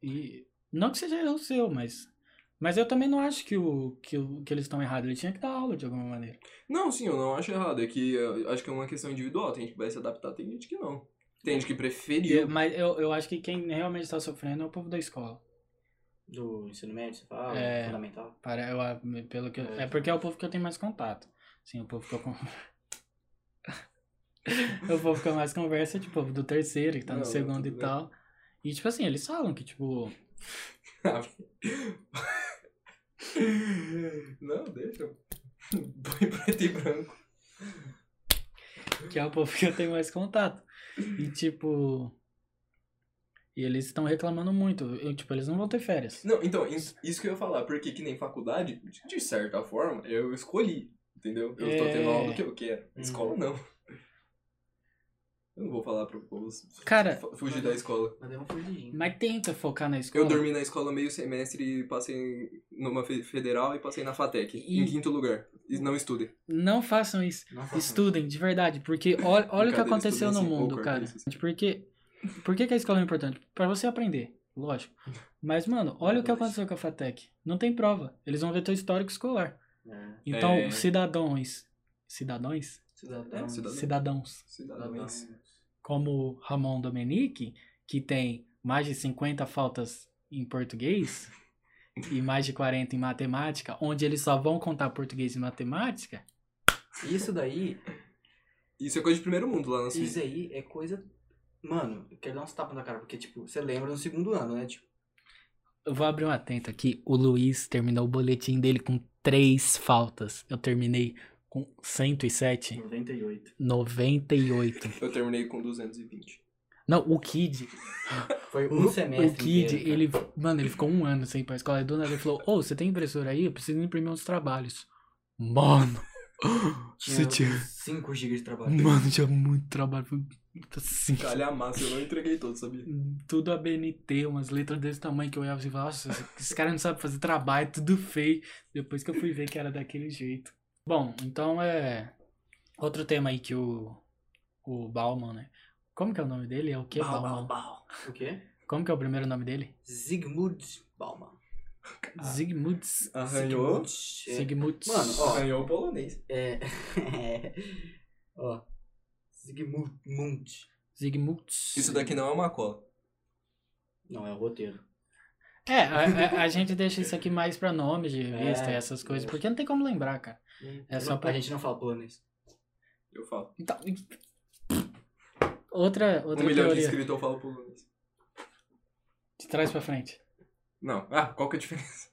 Speaker 1: E não que seja o seu, mas mas eu também não acho que o que, o- que eles estão errados. Ele tinha que dar aula de alguma maneira.
Speaker 3: Não, sim, eu não acho errado. É que eh, acho que é uma questão individual. Tem gente que vai se adaptar, tem gente que não. Tem gente que
Speaker 1: E-
Speaker 3: preferiu.
Speaker 1: mas eu, eu acho que quem realmente está sofrendo é o povo da escola.
Speaker 2: Do ensino médio, você fala,
Speaker 1: É.
Speaker 2: fundamental.
Speaker 1: Para eu, a- pelo que eu-
Speaker 2: É.
Speaker 1: é porque é o povo que eu tenho mais contato. Sim, o povo que eu con- o povo que eu mais converso é tipo o povo do terceiro, que tá
Speaker 3: Não,
Speaker 1: no
Speaker 3: não,
Speaker 1: segundo e
Speaker 3: tudo bem.
Speaker 1: tal. E tipo assim, eles falam que tipo,
Speaker 3: não, deixa. Põe preto e branco.
Speaker 1: que é o povo que eu tenho mais contato. E tipo, e eles estão reclamando muito. Eu, tipo, eles não vão ter férias.
Speaker 3: Não, então, is- isso que eu ia falar, porque que nem faculdade, de- de certa forma, eu escolhi, entendeu? Eu tô tendo
Speaker 1: É.
Speaker 3: aula do que eu quero. Escola não. Eu não vou falar pro povo s-
Speaker 1: Cara, uhum.
Speaker 3: f- fugir da escola.
Speaker 2: Mas deu uma fugidinha.
Speaker 1: Mas tenta focar na escola.
Speaker 3: Eu dormi na escola meio semestre, passei numa fe- federal e passei na FATEC,
Speaker 1: E-
Speaker 3: em quinto lugar. E não estudem.
Speaker 1: Não façam isso.
Speaker 2: Não faço
Speaker 1: Estudem, de verdade. Porque olha, olha o que
Speaker 3: Brincadeira,
Speaker 1: aconteceu no
Speaker 3: estudem sim,
Speaker 1: mundo,
Speaker 3: pouco,
Speaker 1: cara.
Speaker 3: isso sim.
Speaker 1: Porque, por que, que a escola é importante? Pra você aprender, lógico. Mas, mano, olha o que
Speaker 2: Verdade.
Speaker 1: aconteceu com a FATEC. Não tem prova. Eles vão ver teu histórico escolar.
Speaker 2: isso. É,
Speaker 1: Então,
Speaker 3: É.
Speaker 1: cidadãos. Cidadões?
Speaker 2: cidadão.
Speaker 3: É, cidadão.
Speaker 1: Cidadãos.
Speaker 3: Cidadãos.
Speaker 1: Uhum. Como Ramon Domenique, que tem mais de 50 faltas em português e mais de 40 em matemática, onde eles só vão contar português e matemática.
Speaker 2: Isso daí
Speaker 3: Isso é coisa de primeiro mundo lá na
Speaker 2: Isso
Speaker 3: Suíça.
Speaker 2: aí é coisa. Mano, eu quero dar uns tapas na cara, porque, tipo, você lembra no segundo ano, né? Tipo,
Speaker 1: Eu vou abrir um atento aqui. O Luiz terminou o boletim dele com três faltas. Eu terminei com 107,
Speaker 2: 98.
Speaker 1: 98.
Speaker 3: Eu terminei com 220.
Speaker 1: Não, o Kid.
Speaker 2: Foi um
Speaker 1: O,
Speaker 2: semestre.
Speaker 1: o Kid,
Speaker 2: inteiro, cara.
Speaker 1: ele. Mano, ele ficou um ano sem ir pra escola. E do nada ele falou: Ô, você tem impressora aí? Eu preciso imprimir uns trabalhos. Mano.
Speaker 2: tinha
Speaker 1: Você tinha.
Speaker 2: 5 GB de trabalho.
Speaker 1: Mano, tinha muito trabalho. Foi muito assim.
Speaker 3: Calhamaço, eu não entreguei todo, sabia?
Speaker 1: Tudo ABNT, umas letras desse tamanho que eu olhava assim e falava, nossa, esse- esse cara não sabe fazer trabalho, tudo feio. Depois que eu fui ver que era daquele jeito. Bom, então é. Outro tema aí que o. O Bauman, né? Como que é o nome dele? É o que?
Speaker 2: Bau,
Speaker 1: Bauman.
Speaker 2: bau, bau. O quê?
Speaker 1: Como que é o primeiro nome dele?
Speaker 2: Zygmunt Bauman. Ah.
Speaker 1: Zygmunt.
Speaker 3: Arranhou.
Speaker 2: Zygmunt, é-
Speaker 1: Zygmunt.
Speaker 2: Mano, ó.
Speaker 3: Arranhou o polonês.
Speaker 2: É. Ó. Zygmunt. Munt.
Speaker 1: Zygmunt.
Speaker 3: Isso daqui não é uma cola.
Speaker 2: Não, é o roteiro.
Speaker 1: É, a, a- a gente deixa isso aqui mais pra nome de revista
Speaker 2: É,
Speaker 1: e essas coisas,
Speaker 2: é.
Speaker 1: porque não tem como lembrar, cara. É só pra
Speaker 2: A gente não fala polonês.
Speaker 3: Eu falo.
Speaker 1: Então, e- outra outra
Speaker 3: um milhão de
Speaker 1: teoria. De,
Speaker 3: inscritos eu falo polonês.
Speaker 1: trás pra frente.
Speaker 3: Não. Ah, qual que é a diferença?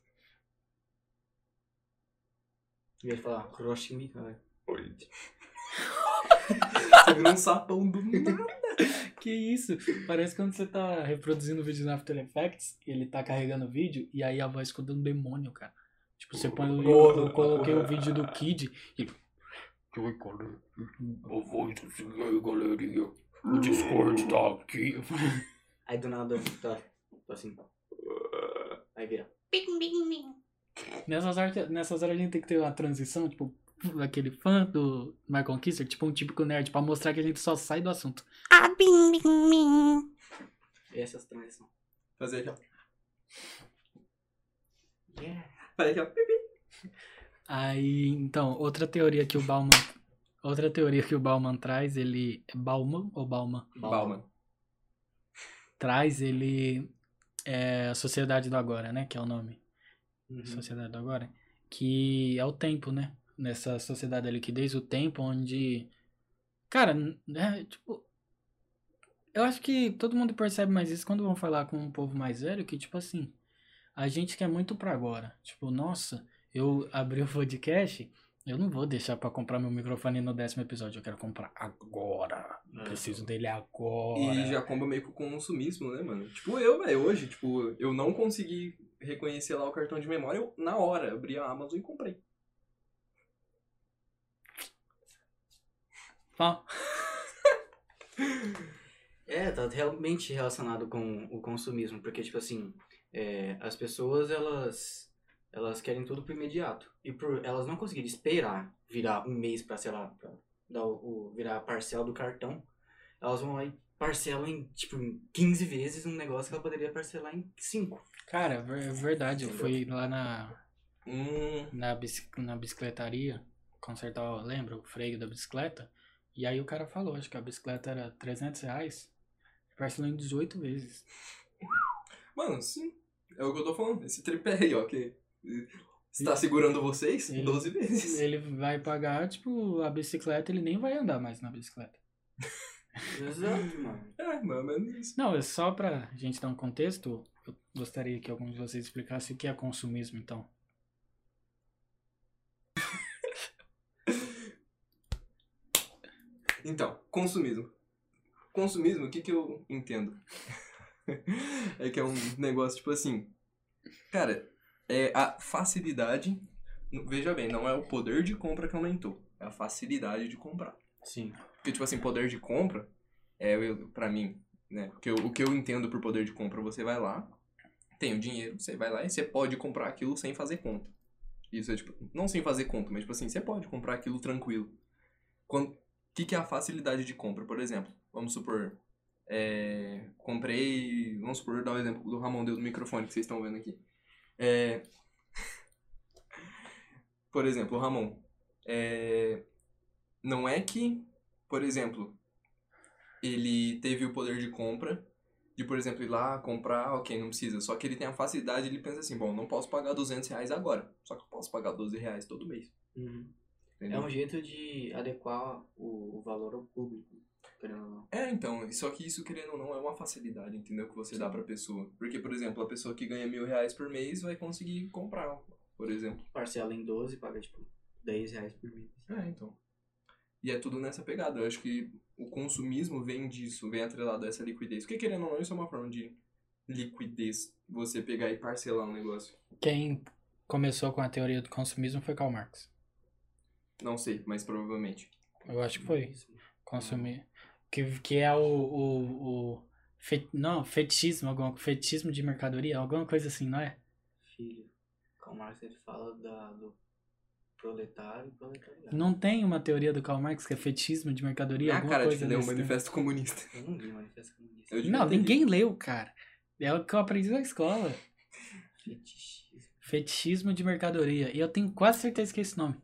Speaker 2: Eu ia falar Hiroshima. ah,
Speaker 3: Você virou um sapão do nada.
Speaker 1: Que isso? Parece quando você tá reproduzindo o vídeo no After Effects e ele tá carregando o vídeo e aí a voz ficou dando demônio, cara. Tipo, você põe o. Eu, eu coloquei o vídeo do Kid e. ele-
Speaker 4: A voz do senhor, galerinha. O Discord tá aqui.
Speaker 2: Aí do nada eu tá, tô assim. Aí vira.
Speaker 1: Nessas horas, nessas horas a gente tem que ter uma transição, tipo, aquele fã do Michael Kisser, tipo um típico nerd, pra mostrar que a gente só sai do assunto.
Speaker 2: Essas transições.
Speaker 3: Fazer aqui, ó.
Speaker 2: Yeah.
Speaker 3: Fazer aqui, ó.
Speaker 1: Aí, então, outra teoria que o Bauman. Outra teoria que o Bauman traz, ele. É Bauman ou Bauman?
Speaker 3: Bauman.
Speaker 1: Traz, ele. É a Sociedade do Agora, né? Que é o nome.
Speaker 2: Uhum.
Speaker 1: Sociedade do Agora. Que é o tempo, né? Nessa sociedade da liquidez, o tempo onde. Cara, n- é, tipo. Eu acho que todo mundo percebe mais isso quando vão falar com um povo mais velho, que, tipo assim. A gente quer muito pra agora. Tipo, nossa, eu abri o podcast, eu não vou deixar pra comprar meu microfone no décimo episódio. Eu quero comprar agora. Preciso dele agora.
Speaker 3: É. E já comba meio com o consumismo, né, mano? Tipo, eu, velho, hoje, tipo, eu não consegui reconhecer lá o cartão de memória, eu, na hora, abri a Amazon e comprei.
Speaker 1: Ó,
Speaker 2: É, tá realmente relacionado com o consumismo, porque, tipo assim, é, as pessoas, elas Elas querem tudo pro imediato. E por elas não conseguirem esperar virar um mês pra, sei lá, pra dar o, o- virar a parcela do cartão, elas vão lá e parcelam em, tipo, em 15 vezes um negócio que ela poderia parcelar em 5.
Speaker 1: Cara, é ver- é verdade. Eu fui lá na,
Speaker 3: Hum.
Speaker 1: na, bis- na bicicletaria consertar, ó, lembra, o freio da bicicleta. E aí o cara falou, acho que a bicicleta era 300 reais. Parcelou em 18 vezes.
Speaker 3: Mano, sim. É o que eu tô falando. Esse tripé aí, ó, que está segurando vocês
Speaker 1: Sim.
Speaker 3: 12 vezes.
Speaker 1: Ele vai pagar, tipo, a bicicleta, ele nem vai andar mais na bicicleta.
Speaker 2: Exato, mano.
Speaker 3: É, mais ou menos isso.
Speaker 1: Não, é só pra gente dar um contexto, eu gostaria que algum de vocês explicasse o que é consumismo, então.
Speaker 3: Então, consumismo. Consumismo, o que que eu entendo? é que é um negócio tipo assim. Cara, é a facilidade. Veja bem, não é o poder de compra que aumentou. É a facilidade de comprar.
Speaker 2: Sim.
Speaker 3: Porque, tipo assim, poder de compra, é eu, pra mim, né? Porque eu- o que eu entendo por poder de compra, você vai lá, tem o dinheiro, você vai lá e você pode comprar aquilo sem fazer conta. Isso é, tipo, não sem fazer conta, mas, tipo assim, você pode comprar aquilo tranquilo. O que, que é a facilidade de compra, por exemplo? Vamos supor, é, comprei, vamos supor, dar o exemplo do Ramon deu do microfone que vocês estão vendo aqui. É, por exemplo, o Ramon, é, não é que por exemplo, ele teve o poder de compra, de, por exemplo, ir lá comprar, ok, não precisa. Só que ele tem a facilidade, ele pensa assim, bom, não posso pagar 200 reais agora, só que eu posso pagar 12 reais todo mês,
Speaker 2: É
Speaker 3: entendeu?
Speaker 2: um jeito de adequar o, o valor ao público, querendo ou não.
Speaker 3: É, então, só que isso, querendo ou não, é uma facilidade, entendeu, que você dá pra pessoa. Porque, por exemplo, a pessoa que ganha mil reais por mês vai conseguir comprar, por exemplo.
Speaker 2: Parcela em 12, paga tipo 10 reais por mês.
Speaker 3: É, então. E é tudo nessa pegada. Eu acho que o consumismo vem disso, vem atrelado a essa liquidez. Porque querendo ou não, isso é uma forma de liquidez. Você pegar e parcelar um negócio.
Speaker 1: Quem começou com a teoria do consumismo foi Karl Marx.
Speaker 3: Não sei, mas provavelmente.
Speaker 1: Eu acho que foi.
Speaker 2: Isso.
Speaker 1: Consumir. Que, que é o. o, o fe- não, fetichismo, alguma, fetichismo de mercadoria, alguma coisa assim, não é?
Speaker 2: Filho. Karl Marx ele fala da, do proletário e proletariado.
Speaker 1: Não tem uma teoria do Karl Marx que é fetichismo de mercadoria,
Speaker 3: Na
Speaker 1: alguma
Speaker 3: é cara de
Speaker 1: coisa
Speaker 3: ler o
Speaker 1: nesse
Speaker 3: manifesto comunista.
Speaker 2: Eu não li o manifesto comunista.
Speaker 3: Eu devia
Speaker 1: Não,
Speaker 3: ter lido.
Speaker 1: ninguém leu, cara. É o que eu aprendi na escola.
Speaker 2: Fetichismo.
Speaker 1: Fetichismo de mercadoria. E eu tenho quase certeza que é esse nome.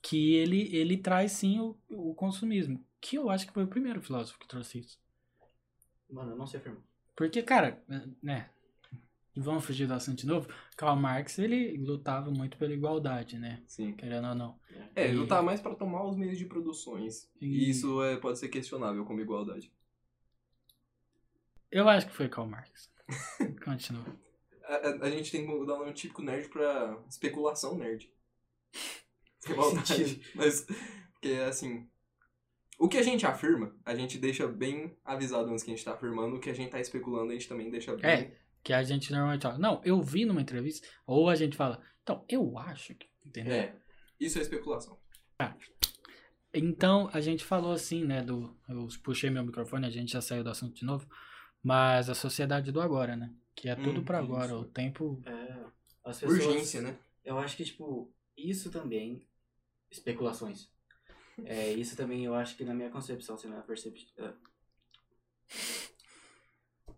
Speaker 1: Que ele, ele traz sim o, o consumismo. Que eu acho que foi o primeiro filósofo que trouxe isso.
Speaker 2: Mano, eu não sei afirmar.
Speaker 1: Porque, cara, né? Vamos fugir do assunto de novo. Karl Marx, ele lutava muito pela igualdade, né?
Speaker 3: Sim.
Speaker 1: Querendo ou não.
Speaker 3: É,
Speaker 1: E-
Speaker 3: ele tá mais pra tomar os meios de produções. E
Speaker 1: E-
Speaker 3: isso é, pode ser questionável como igualdade.
Speaker 1: Eu acho que foi Karl Marx. Continua.
Speaker 3: A, a- a gente tem que dar um nome típico nerd pra especulação nerd. Sem maldade. Mas, porque assim. O que a gente afirma, a gente deixa bem avisado antes que a gente tá afirmando. O que a gente tá especulando, a gente também deixa bem.
Speaker 1: É. Que a gente normalmente fala, não, eu vi numa entrevista, ou a gente fala, então, eu acho que. Entendeu?
Speaker 3: É. Isso é especulação.
Speaker 1: Então, a gente falou assim, né, do... Eu puxei meu microfone, a gente já saiu do assunto de novo, mas a sociedade do agora, né? Que é tudo
Speaker 3: Hum,
Speaker 1: pra agora,
Speaker 3: isso.
Speaker 1: o tempo...
Speaker 2: É, as pessoas,
Speaker 3: Urgência, né?
Speaker 2: Eu acho que, tipo, isso também. Especulações. É, isso também eu acho que na minha concepção, se na minha percepção.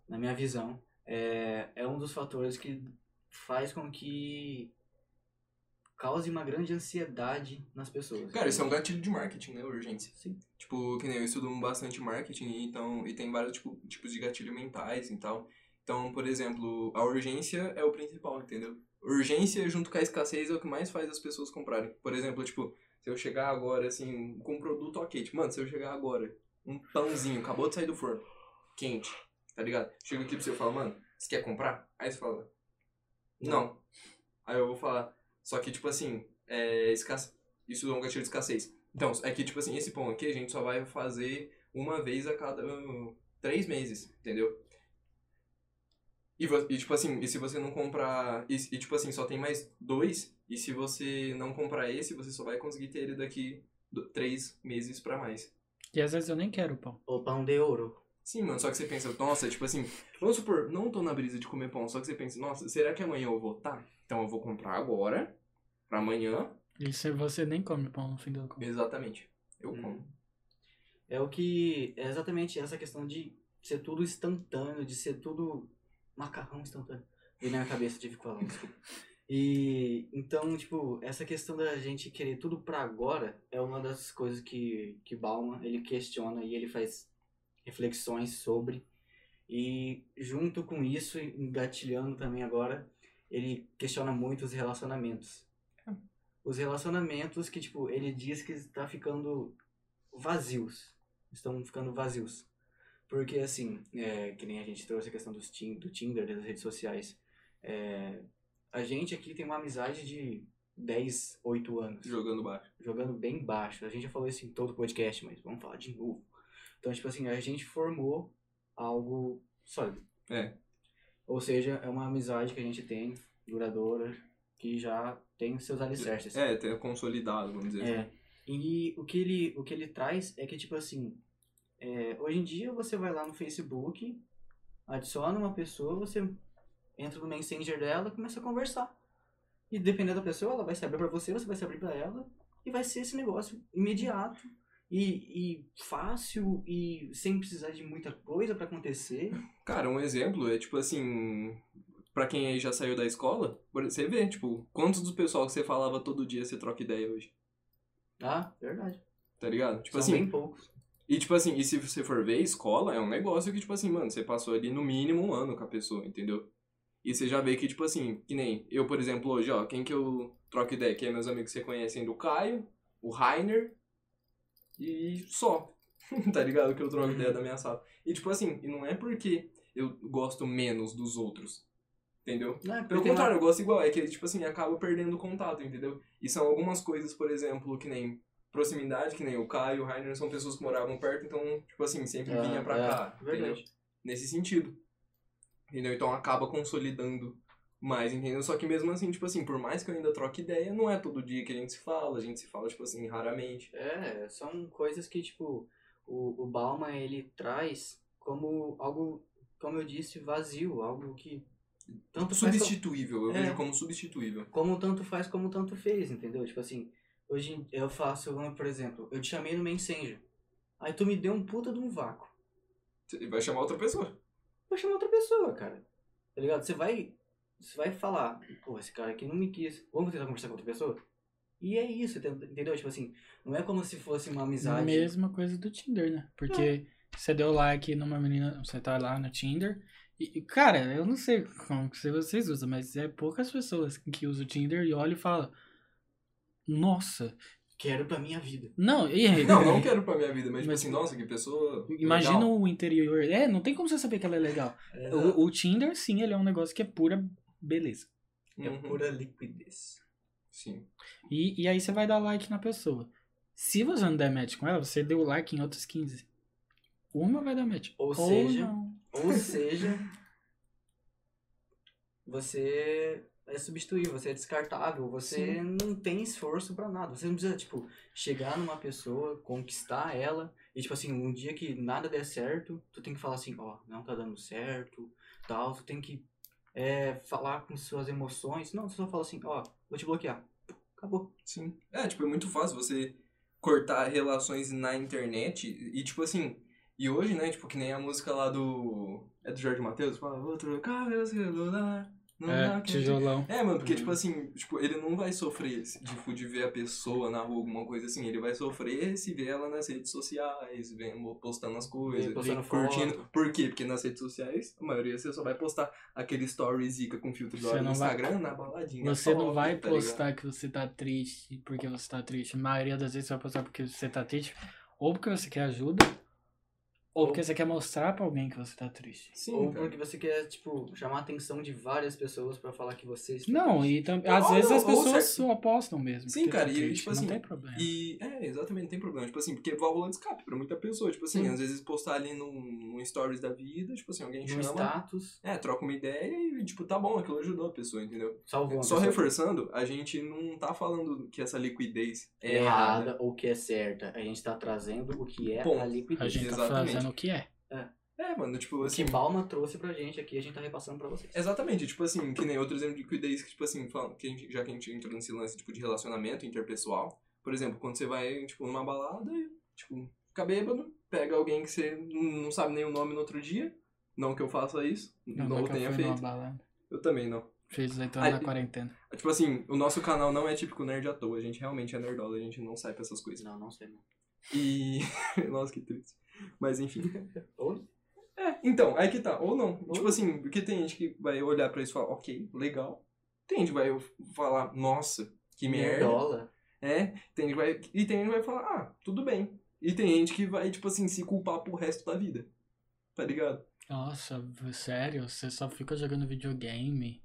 Speaker 2: Na minha visão, é, é um dos fatores que faz com que cause uma grande ansiedade nas pessoas.
Speaker 3: Cara, isso é um gatilho de marketing, né? Urgência. Sim. Tipo, que nem eu estudo bastante marketing, então, e tem vários tipo, tipos de gatilho mentais e tal. Então, por exemplo, a urgência é o principal, entendeu? Urgência junto com a escassez é o que mais faz as pessoas comprarem. Por exemplo, tipo, se eu chegar agora, assim, com um produto ok, tipo, mano, se eu chegar agora, um pãozinho, acabou de sair do forno, quente, tá ligado? Chega aqui pra você e fala, mano, você quer comprar? Aí você fala, não. Aí eu vou falar, só que, tipo assim, é escassez. Isso é um gatilho de escassez. Então, é que, tipo assim, esse pão aqui a gente só vai fazer uma vez a cada uh, três meses, entendeu? E, vo- e, tipo assim, e se você não comprar. E, e, tipo assim, só tem mais dois. E se você não comprar esse, você só vai conseguir ter ele daqui do- três meses pra mais.
Speaker 1: E às vezes eu nem quero o pão.
Speaker 2: O pão de ouro.
Speaker 3: Sim, mano, só que você pensa, nossa, tipo assim, vamos supor, não tô na brisa de comer pão, só que você pensa, nossa, será que amanhã eu vou tá? Então eu vou comprar agora, pra amanhã.
Speaker 1: E se você nem come pão no fim do conto.
Speaker 3: Exatamente. Eu
Speaker 2: Hum.
Speaker 3: como.
Speaker 2: É o que. É exatamente essa questão de ser tudo instantâneo, de ser tudo macarrão instantâneo. Veio na minha cabeça, tive que falar, desculpa. E então, tipo, essa questão da gente querer tudo pra agora é uma das coisas que, que Bauman ele questiona e ele faz reflexões sobre. E junto com isso, engatilhando também agora, ele questiona muito os relacionamentos. Os relacionamentos que, tipo, ele diz que está ficando vazios. Estão ficando vazios. Porque, assim, é, que nem a gente trouxe a questão dos tin do Tinder, das redes sociais. É, a gente aqui tem uma amizade de 10, 8 anos
Speaker 3: Jogando baixo.
Speaker 2: jogando bem baixo. A gente já falou isso em todo o podcast, mas vamos falar de novo. Então, tipo assim, a gente formou algo sólido.
Speaker 3: É.
Speaker 2: Ou seja, é uma amizade que a gente tem, duradoura, que já tem seus alicerces.
Speaker 3: É, até consolidado, vamos dizer assim.
Speaker 2: É. E o que ele, o que ele traz é que, tipo assim, é, hoje em dia você vai lá no Facebook, adiciona uma pessoa, você entra no Messenger dela e começa a conversar. E dependendo da pessoa, ela vai se abrir pra você, você vai se abrir pra ela, e vai ser esse negócio imediato. E, e fácil e sem precisar de muita coisa pra acontecer.
Speaker 3: Cara, um exemplo é tipo assim. Pra quem aí já saiu da escola, por- você vê, tipo, quantos do pessoal que você falava todo dia você troca ideia hoje,
Speaker 2: Tá? Verdade.
Speaker 3: tá ligado? Tipo
Speaker 2: São
Speaker 3: assim,
Speaker 2: bem poucos.
Speaker 3: E, tipo assim, e se você for ver, escola é um negócio que, tipo assim, mano, você passou ali no mínimo um ano com a pessoa, entendeu? E você já vê que, tipo assim, que nem eu, por exemplo, hoje, ó, quem que eu troco ideia? Que é meus amigos que você conhecem do Caio, o Rainer e só. tá ligado? Que eu troco ideia da minha sala. E, tipo assim, e não é porque eu gosto menos dos outros, entendeu?
Speaker 2: Não, é porque
Speaker 3: Pelo
Speaker 2: tem uma-
Speaker 3: contrário, eu gosto igual. É que, tipo assim, acaba perdendo o contato, entendeu? E são algumas coisas, por exemplo, que nem proximidade, que nem o Caio e o Rainer são pessoas que moravam perto, então, tipo assim, sempre
Speaker 2: É,
Speaker 3: vinha pra
Speaker 2: é,
Speaker 3: cá. Entendeu?
Speaker 2: Verdade.
Speaker 3: Nesse sentido. Entendeu? Então acaba consolidando mais, entendeu? Só que mesmo assim, tipo assim, por mais que eu ainda troque ideia, não é todo dia que a gente se fala, a gente se fala, tipo assim, raramente.
Speaker 2: É, são coisas que, tipo, o, o Bauman, ele traz como algo, como eu disse, vazio, algo que tanto faz como,
Speaker 3: Substituível, eu
Speaker 2: É.
Speaker 3: vejo como substituível.
Speaker 2: como tanto faz, como tanto fez, entendeu? Tipo assim, hoje em- eu faço, vamos, por exemplo, eu te chamei no Messenger, aí tu me deu um puta de um vácuo,
Speaker 3: Você vai chamar outra pessoa.
Speaker 2: vou chamar outra pessoa, cara, tá ligado? Você vai, você vai falar, pô, esse cara aqui não me quis, vamos tentar conversar com outra pessoa? E é isso, entendeu? Tipo assim, não é como se fosse uma
Speaker 1: A
Speaker 2: amizade. né?
Speaker 1: mesma coisa do Tinder, né? Porque você deu like numa menina, você tá lá no Tinder. E, e, cara, eu não sei como que vocês usam, mas é poucas pessoas que usam o Tinder e olham e falam. Nossa!
Speaker 2: Quero pra minha vida.
Speaker 1: Não, e
Speaker 3: Não, não quero pra minha vida, mas, tipo
Speaker 1: Mas-
Speaker 3: assim, nossa, que pessoa.
Speaker 1: Imagina
Speaker 3: legal.
Speaker 1: o interior. É, não tem como você saber que ela é legal. O, o Tinder, sim, ele é um negócio que é pura beleza.
Speaker 2: É
Speaker 3: Uhum.
Speaker 2: pura liquidez.
Speaker 3: Sim.
Speaker 1: E, e aí você vai dar like na pessoa. Se você não der match com ela, você deu like em outras 15. Uma vai dar match.
Speaker 2: Ou seja-
Speaker 1: não.
Speaker 2: Ou seja, você é substituível, você é descartável, você não tem esforço pra nada. Você não precisa, tipo, chegar numa pessoa, conquistar ela, e tipo assim, um dia que nada der certo, tu tem que falar assim, ó, não tá dando certo, tal, tu tem que é, falar com suas emoções. Não, tu só fala assim, ó, vou te bloquear. Acabou.
Speaker 3: Sim. É, tipo, é muito fácil você cortar relações na internet e, tipo assim, e hoje, né, tipo, que nem a música lá do... É do Jorge Matheus? Fala, vou trocar meu celular, não dá
Speaker 1: É,
Speaker 3: que-
Speaker 1: tijolão.
Speaker 3: É, mano, porque,
Speaker 2: Uhum.
Speaker 3: tipo assim, tipo, ele não vai sofrer se- tipo, de ver a pessoa na rua, alguma coisa assim. Ele vai sofrer se ver ela nas redes sociais, vendo, postando as coisas,
Speaker 2: Vê, postando
Speaker 3: curtindo.
Speaker 2: foto.
Speaker 3: Por quê? Porque nas redes sociais, a maioria você só vai postar aquele story zica com filtro de
Speaker 1: Você
Speaker 3: hora no
Speaker 1: não vai-
Speaker 3: Instagram, na baladinha.
Speaker 1: Você
Speaker 3: só,
Speaker 1: não vai
Speaker 3: tá ligado?
Speaker 1: postar que você tá triste porque você tá triste. A maioria das vezes você vai postar porque você tá triste. Ou porque você quer ajuda. Ou
Speaker 2: Ou-
Speaker 1: porque você quer mostrar pra alguém que você tá triste.
Speaker 3: Sim,
Speaker 2: Ou
Speaker 3: cara.
Speaker 2: porque você quer, tipo, chamar a atenção de várias pessoas pra falar que você está um
Speaker 1: Não,
Speaker 2: triste.
Speaker 1: e tam...
Speaker 3: tá Ou-
Speaker 1: às vezes
Speaker 3: ou-
Speaker 1: as
Speaker 3: ou
Speaker 1: pessoas
Speaker 3: certo.
Speaker 1: só postam mesmo.
Speaker 3: Sim,
Speaker 1: porque tá
Speaker 3: cara, e,
Speaker 1: triste,
Speaker 3: tipo
Speaker 1: não
Speaker 3: assim,
Speaker 1: tem problema.
Speaker 3: E, é, exatamente, não tem problema. Tipo assim, porque é válvula de escape pra muita pessoa. Tipo assim,
Speaker 2: Sim.
Speaker 3: às vezes postar ali num, num stories da vida, tipo assim, alguém
Speaker 2: no
Speaker 3: chama.
Speaker 2: status,
Speaker 3: É, troca uma ideia e, tipo, tá bom, aquilo ajudou a pessoa, entendeu?
Speaker 2: salvou Tá a
Speaker 3: Só
Speaker 2: pessoa.
Speaker 3: reforçando, a gente não tá falando que essa liquidez é
Speaker 2: errada,
Speaker 3: errada.
Speaker 2: ou que é certa. A gente tá trazendo o que é
Speaker 3: Ponto.
Speaker 2: a
Speaker 1: A
Speaker 2: liquidez.
Speaker 1: gente tá
Speaker 3: Exatamente.
Speaker 1: fazendo o que é.
Speaker 3: É, mano. Tipo,
Speaker 2: O que
Speaker 3: assim.
Speaker 2: Balma trouxe pra gente aqui, a gente tá repassando pra vocês.
Speaker 3: Exatamente, tipo assim, que nem outro exemplo de cuidez que, tipo assim, falam, que a gente, já que a gente entrou nesse lance tipo, de relacionamento interpessoal, por exemplo, quando você vai, tipo, numa balada e, tipo, fica bêbado, pega alguém que você não sabe nem o nome no outro dia, não que eu faça isso, não,
Speaker 1: nunca
Speaker 3: tenha
Speaker 1: fui numa
Speaker 3: feito,
Speaker 1: balada.
Speaker 3: eu também não.
Speaker 1: Fez 18
Speaker 3: Aí-
Speaker 1: anos na quarentena.
Speaker 3: Tipo assim, o nosso canal não é típico nerd à toa, a gente realmente é nerdola, a gente não sai pra essas coisas. né?
Speaker 2: Não, não sei, não.
Speaker 3: E. Nossa, que triste. Mas enfim.
Speaker 2: Ou
Speaker 3: É, então, aí que tá. Ou não. Tipo assim, porque tem gente que vai olhar pra isso e falar, ok, legal. Tem gente que vai falar, nossa, que merda.
Speaker 2: nerdola.
Speaker 3: É, tem gente que vai. E tem gente que vai falar, ah, tudo bem. E tem gente que vai, tipo assim, se culpar pro resto da vida. Tá ligado?
Speaker 1: Nossa, v- sério? Você só fica jogando videogame?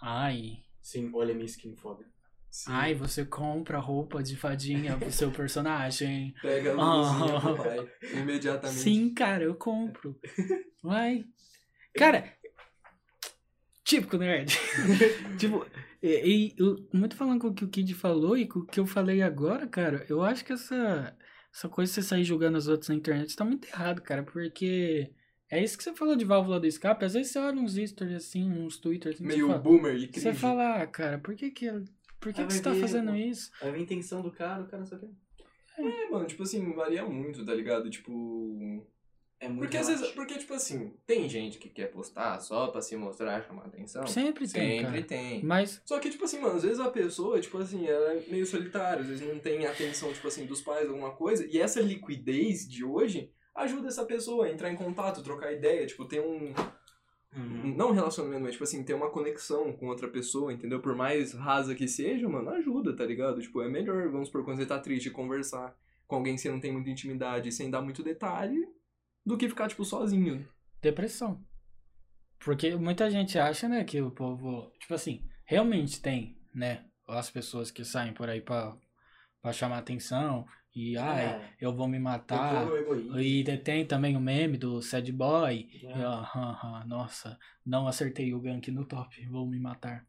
Speaker 1: Ai.
Speaker 2: Sim, olha minha skin foda.
Speaker 3: Sim.
Speaker 1: Ai, você compra roupa de fadinha pro seu personagem.
Speaker 3: Pega a luzinha pro pai imediatamente.
Speaker 1: Ah. Sim, cara, eu compro. Vai. Cara, típico nerd. tipo, e, e eu- muito falando com o que o Kid falou e com o que eu falei agora, cara, eu acho que essa, essa coisa de você sair julgando os outros na internet tá muito errado, cara, porque é isso que você falou de válvula do escape. Às vezes você olha uns stories assim, uns twitters assim,
Speaker 3: Meio
Speaker 1: você fala,
Speaker 3: boomer e cringe.
Speaker 1: você fala, ah, cara, por que que, por que,
Speaker 2: Ah,
Speaker 1: que você tá
Speaker 2: vai ver,
Speaker 1: fazendo
Speaker 2: mano.
Speaker 1: isso?
Speaker 2: A minha intenção do cara, o cara só quer.
Speaker 3: É, mano, tipo assim, varia muito, tá ligado? Tipo.
Speaker 2: É muito
Speaker 3: Porque às vezes.
Speaker 2: relativo.
Speaker 3: Porque, tipo assim, tem gente que quer postar só pra se mostrar, chamar atenção.
Speaker 1: Sempre tem, cara.
Speaker 3: Sempre tem.
Speaker 1: Mas
Speaker 3: Só que, tipo assim, mano, às vezes a pessoa, tipo assim, ela é meio solitária, às vezes não tem atenção, tipo assim, dos pais, alguma coisa, e essa liquidez de hoje ajuda essa pessoa a entrar em contato, trocar ideia, tipo, ter um.
Speaker 2: Uhum.
Speaker 3: Não um relacionamento, mas, tipo assim, ter uma conexão com outra pessoa, entendeu? Por mais rasa que seja, mano, ajuda, tá ligado? Tipo, é melhor, vamos supor, quando você tá triste, conversar com alguém que você não tem muita intimidade, sem dar muito detalhe, do que ficar, tipo, sozinho.
Speaker 1: depressão. Porque muita gente acha, né, que o povo. Tipo assim, realmente tem, né? As pessoas que saem por aí pra, pra chamar atenção e ai,
Speaker 2: É,
Speaker 1: eu vou me
Speaker 2: eu
Speaker 1: matar.
Speaker 2: vou no egoísmo.
Speaker 1: E de- tem também o meme do Sad Boy.
Speaker 2: É.
Speaker 1: E, ó, hã, hã, nossa, não acertei o gank no top, vou me matar.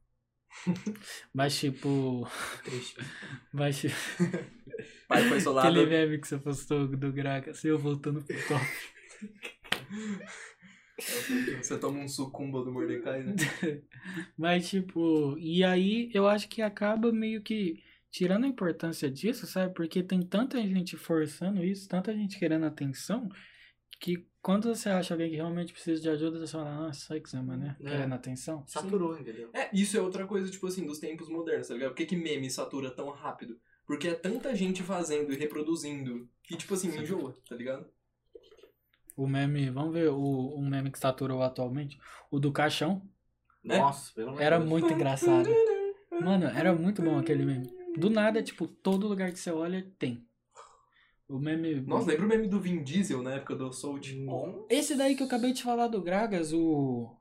Speaker 1: mas tipo.
Speaker 2: Triste.
Speaker 1: Mas tipo,
Speaker 3: Pai foi solado.
Speaker 1: aquele meme que você postou do Graca, se eu voltando pro top.
Speaker 3: É Você toma um sucumba do Mordecai, né?
Speaker 1: Mas, tipo, e aí eu acho que acaba meio que tirando a importância disso, sabe? Porque tem tanta gente forçando isso, tanta gente querendo atenção, que quando você acha alguém que realmente precisa de ajuda, você fala, nossa, sai que você, mano, né?
Speaker 2: É.
Speaker 1: Querendo atenção.
Speaker 2: Saturou, entendeu?
Speaker 3: É, isso é outra coisa, tipo assim, dos tempos modernos, tá ligado? Por que, que meme satura tão rápido? Porque é tanta gente fazendo e reproduzindo que, tipo assim, enjoa, tá ligado?
Speaker 1: O meme, vamos ver o, o meme que saturou atualmente, o do caixão,
Speaker 3: É.
Speaker 2: Nossa, pelo amor de
Speaker 1: era
Speaker 2: Deus.
Speaker 1: muito engraçado. Mano, era muito bom aquele meme. Do nada, tipo, todo lugar que você olha tem. O meme.
Speaker 3: Nossa, lembra o meme do Vin Diesel na época do Assault?
Speaker 2: Bom.
Speaker 1: Esse daí que eu acabei de falar do Gragas, o.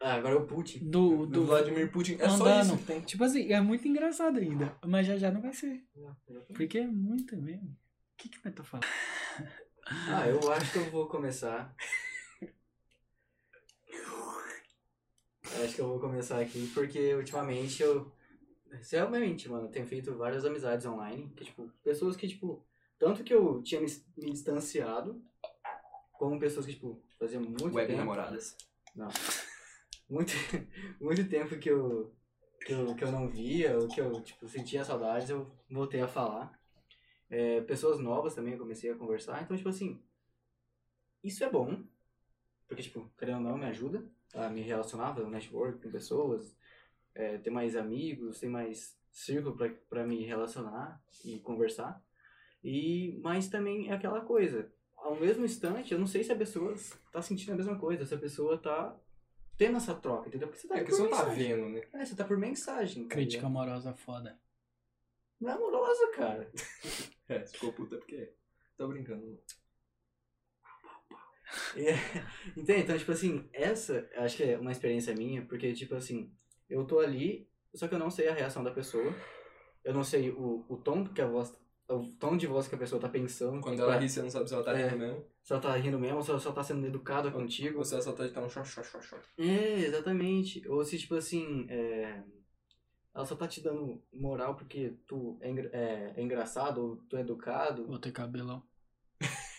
Speaker 2: Ah, agora é o Putin.
Speaker 1: Do,
Speaker 3: Do,
Speaker 1: do,
Speaker 3: Vladimir Putin. É só
Speaker 1: Andando.
Speaker 3: isso que tem.
Speaker 1: Tipo assim, é muito engraçado ainda. Mas já já não vai ser. Porque é muito mesmo. O que que eu tô falando?
Speaker 2: Ah, eu acho que eu vou começar. Eu acho que eu vou começar aqui, porque ultimamente eu. é Realmente, mano, eu tenho feito várias amizades online. Que, tipo, pessoas que, tipo. Tanto que eu tinha me, me distanciado, como pessoas que, tipo, fazia muito
Speaker 3: Web
Speaker 2: tempo.
Speaker 3: namoradas.
Speaker 2: Não. Muito, muito tempo que eu, que, eu, que eu não via, ou que eu tipo, sentia saudades, eu voltei a falar. É, pessoas novas também eu comecei a conversar. Então, tipo assim, isso é bom. Porque, tipo, querendo ou não, me ajuda a me relacionar, fazer um network com pessoas, é, ter mais amigos, ter mais círculo pra, pra me relacionar e conversar. E, mas também é aquela coisa, ao mesmo instante, eu não sei se a pessoa tá sentindo a mesma coisa, se a pessoa tá tendo essa troca, entendeu? Porque você tá
Speaker 3: É
Speaker 2: aqui
Speaker 3: que você não tá vendo, né?
Speaker 2: É, você tá por mensagem. tá
Speaker 1: Crítica
Speaker 2: ligado?
Speaker 1: amorosa foda.
Speaker 2: Não é amorosa, cara.
Speaker 3: É, se ficou puta porque é. Tô brincando.
Speaker 2: É, Entende? Então, tipo assim, essa acho que é uma experiência minha, porque, tipo assim, eu tô ali, só que eu não sei a reação da pessoa. Eu não sei o, o tom que a voz. O tom de voz que a pessoa tá pensando.
Speaker 3: Quando ela
Speaker 2: pra-
Speaker 3: ri, você não sabe se ela tá
Speaker 2: É.
Speaker 3: rindo mesmo. É
Speaker 2: Se ela tá rindo mesmo, se ela só tá sendo educada contigo.
Speaker 3: Ou se ela só tá de um xó, xó, xó, xó.
Speaker 2: É, exatamente. Ou se, tipo assim, é, ela só tá te dando moral porque tu é, engra- é, é engraçado ou tu é educado.
Speaker 1: Vou ter cabelão.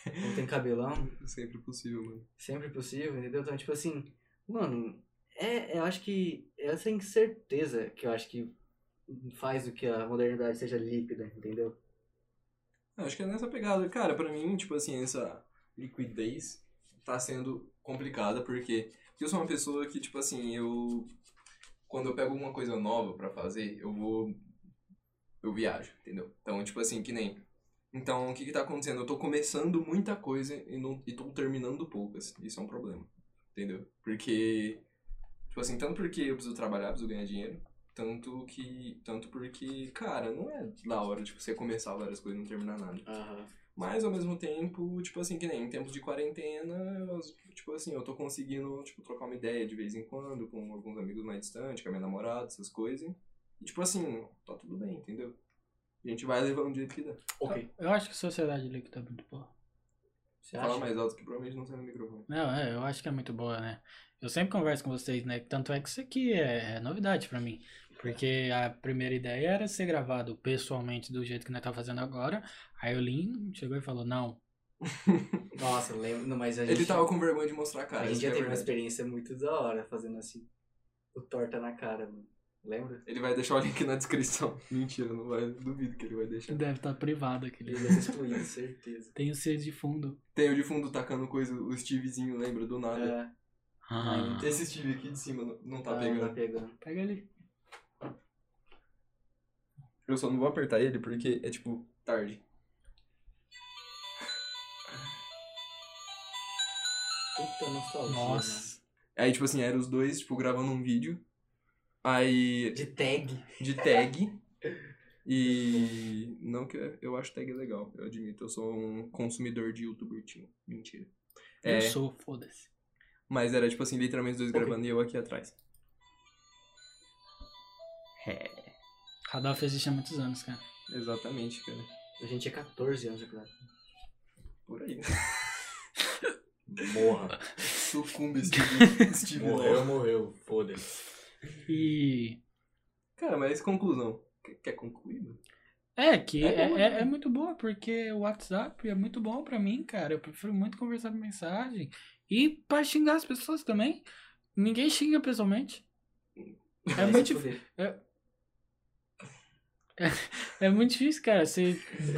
Speaker 2: Não tem cabelão.
Speaker 3: Sempre possível, mano.
Speaker 2: sempre possível, entendeu? Então, tipo assim, mano, é, eu acho que essa incerteza que eu acho que faz com que a modernidade seja líquida, entendeu?
Speaker 3: Eu acho que é nessa pegada. Cara, pra mim, tipo assim, essa liquidez tá sendo complicada, porque eu sou uma pessoa que, tipo assim, eu. Quando eu pego alguma coisa nova pra fazer, eu vou. Eu viajo, entendeu? Então, tipo assim, que nem. Então, o que que tá acontecendo? Eu tô começando muita coisa e, não, e tô terminando poucas. Isso é um problema, entendeu? Porque. Tipo assim, tanto porque eu preciso trabalhar, preciso ganhar dinheiro, tanto que. Tanto porque, cara, não é da hora, tipo, você começar várias coisas e não terminar nada.
Speaker 2: Aham.
Speaker 3: Mas ao mesmo tempo, tipo assim, que nem em tempos de quarentena, eu, tipo assim, eu tô conseguindo, tipo, trocar uma ideia de vez em quando com alguns amigos mais distantes, com a minha namorada, essas coisas. E tipo assim, tá tudo bem, entendeu? A gente vai levando do jeito que dá.
Speaker 2: Ok.
Speaker 1: Eu acho que sociedade líquida é muito boa.
Speaker 2: Você
Speaker 3: Fala
Speaker 2: acha?
Speaker 3: mais alto que provavelmente não sai no microfone.
Speaker 1: Não, é, eu acho que é muito boa, né? Eu sempre converso com vocês, né? Tanto é que isso aqui é, é novidade pra mim. Porque a primeira ideia era ser gravado pessoalmente do jeito que nós tá fazendo agora. Aí o Lin chegou e falou, não.
Speaker 2: Nossa, eu lembro, não, mas a gente,
Speaker 3: Ele tava com vergonha de mostrar a cara.
Speaker 2: a gente
Speaker 3: isso
Speaker 2: já
Speaker 3: que é
Speaker 2: teve uma
Speaker 3: verdade.
Speaker 2: experiência muito da hora fazendo assim, o torta na cara, mano. Lembra?
Speaker 3: Ele vai deixar o link na descrição. Mentira, não vai. Duvido que ele vai deixar.
Speaker 1: Deve estar privado aquele.
Speaker 2: Ele ia se excluir, certeza.
Speaker 1: Tem o C de fundo.
Speaker 3: Tem o de fundo tacando coisa, o Stevezinho, lembra? Do nada.
Speaker 2: É,
Speaker 1: Ah,
Speaker 3: Esse Steve aqui de cima não, não tá
Speaker 2: tá,
Speaker 3: pegando.
Speaker 2: tá pegando.
Speaker 1: pega ali.
Speaker 3: Eu só não vou apertar ele porque é tipo tarde.
Speaker 2: Puta nostalgia,
Speaker 1: Nossa.
Speaker 3: Aí, tipo assim, eram os dois, tipo, gravando um vídeo. Aí,
Speaker 2: mano. De tag.
Speaker 3: de tag. E. Não que eu- eu acho tag legal, eu admito. Eu sou um consumidor de youtuber, tinha. Mentira. É,
Speaker 1: Eu sou, foda-se.
Speaker 3: mas era, tipo assim, literalmente os dois
Speaker 2: Ok.
Speaker 3: gravando e eu aqui atrás.
Speaker 1: Radolf existe há muitos anos, cara.
Speaker 3: Exatamente, cara.
Speaker 2: A gente tinha 14 anos, cara.
Speaker 3: Por aí.
Speaker 2: Morra.
Speaker 3: Sucumbe, Steve. Steve Lau.
Speaker 2: morreu. Foda-se.
Speaker 1: E.
Speaker 3: Cara, mas conclusão. Qu- Quer concluir, mano?
Speaker 1: É, que
Speaker 3: É
Speaker 1: é,
Speaker 3: bom,
Speaker 1: é-
Speaker 3: né?
Speaker 1: é muito boa, porque o WhatsApp é muito bom pra mim, cara. Eu prefiro muito conversar por mensagem. E pra xingar as pessoas também. Ninguém xinga pessoalmente. É muito, dif- é muito difícil, cara, você